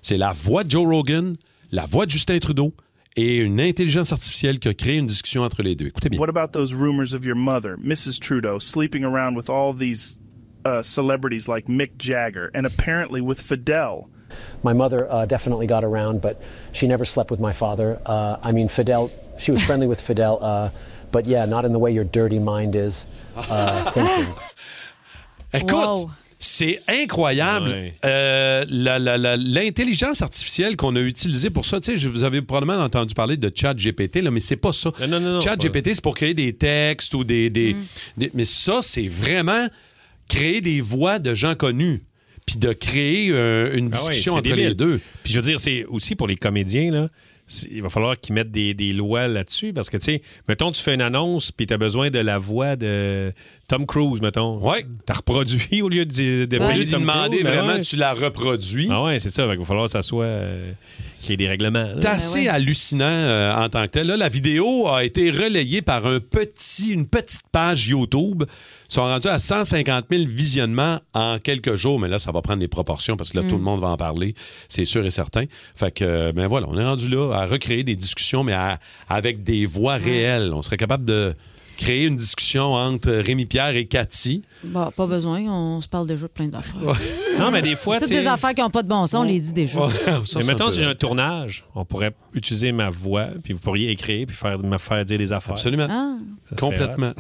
[SPEAKER 3] c'est la voix de Joe Rogan, la voix de Justin Trudeau et une intelligence artificielle qui a créé une discussion entre les deux. Écoutez bien.
[SPEAKER 11] What about those rumors of your mother, Mrs. Trudeau, sleeping around with all these uh, celebrities like Mick Jagger and apparently with Fidel?
[SPEAKER 13] My mother uh, definitely got around, but she never slept with my father. Uh, I mean, Fidel, she was friendly with Fidel, uh, but yeah, not in the way your dirty mind is uh, thinking.
[SPEAKER 3] Écoute, c'est incroyable euh, la- la- la- l'intelligence artificielle qu'on a utilisée pour ça. Tu sais, je- vous avez probablement entendu parler de ChatGPT, là, mais c'est pas ça.
[SPEAKER 6] non,
[SPEAKER 3] ChatGPT, c'est pour créer des textes ou des, des- des- Mais ça, c'est vraiment créer des voix de gens connus puis de créer euh,
[SPEAKER 6] Ah
[SPEAKER 3] une discussion entre les deux.
[SPEAKER 6] Puis je veux dire, c'est aussi pour les comédiens, là. c'est- Il va falloir qu'ils mettent des, des lois là-dessus parce que, tu sais, mettons, tu fais une annonce puis tu as besoin de la voix de Tom Cruise, mettons. Ouais. Tu reproduit au lieu de, de
[SPEAKER 3] Au
[SPEAKER 6] payer
[SPEAKER 3] lieu d'y
[SPEAKER 6] Tom
[SPEAKER 3] demander
[SPEAKER 6] Cruise, ben
[SPEAKER 3] vraiment,
[SPEAKER 6] ouais.
[SPEAKER 3] tu la reproduis.
[SPEAKER 6] Ah ouais, c'est ça. Il va falloir que ça soit. euh, qu'il y ait des règlements. là.
[SPEAKER 3] C'est
[SPEAKER 5] Ben
[SPEAKER 3] assez hallucinant euh, en tant que tel. Là, la vidéo a été relayée par un petit, une petite page YouTube. Ils sont rendus à 150 000 visionnements en quelques jours, mais là, ça va prendre des proportions parce que là,
[SPEAKER 6] Mm.
[SPEAKER 3] tout le monde va en parler, c'est sûr et certain. Fait que, euh, ben voilà, on est rendu là à recréer des discussions, mais à- avec des voix réelles. On serait capable de créer une discussion entre Rémi Pierre et Cathy.
[SPEAKER 5] Bah, pas besoin, on se parle déjà de plein d'affaires.
[SPEAKER 6] Non, mais des fois,
[SPEAKER 5] Toutes
[SPEAKER 6] tu sais-
[SPEAKER 5] des affaires qui n'ont pas de bon sens, on les dit déjà.
[SPEAKER 6] mais mettons, si j'ai un tournage, on pourrait utiliser ma voix, puis vous pourriez écrire, puis faire, me faire dire des affaires.
[SPEAKER 3] Absolument.
[SPEAKER 5] Ah.
[SPEAKER 6] Ça serait
[SPEAKER 3] Complètement.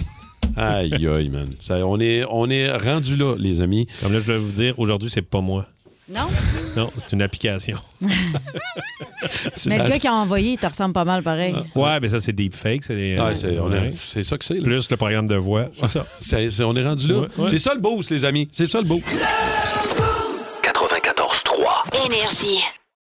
[SPEAKER 3] Aïe, aïe, man. Ça, on, est, on est rendu là, les amis.
[SPEAKER 6] Comme là, je vais vous dire, aujourd'hui, c'est pas moi.
[SPEAKER 5] Non?
[SPEAKER 6] Non, c'est une application.
[SPEAKER 5] Mais le gars qui a envoyé, il te ressemble pas mal pareil.
[SPEAKER 6] Ouais, mais ça, c'est deepfake. C'est des-
[SPEAKER 3] Ouais, Ah. c'est- on est-
[SPEAKER 6] Ouais.
[SPEAKER 3] c'est ça que c'est.
[SPEAKER 6] Plus le programme de voix. C'est ça.
[SPEAKER 3] on est rendu là. C'est ça le boost, les amis. C'est ça le boost.
[SPEAKER 7] 94-3. Énergie.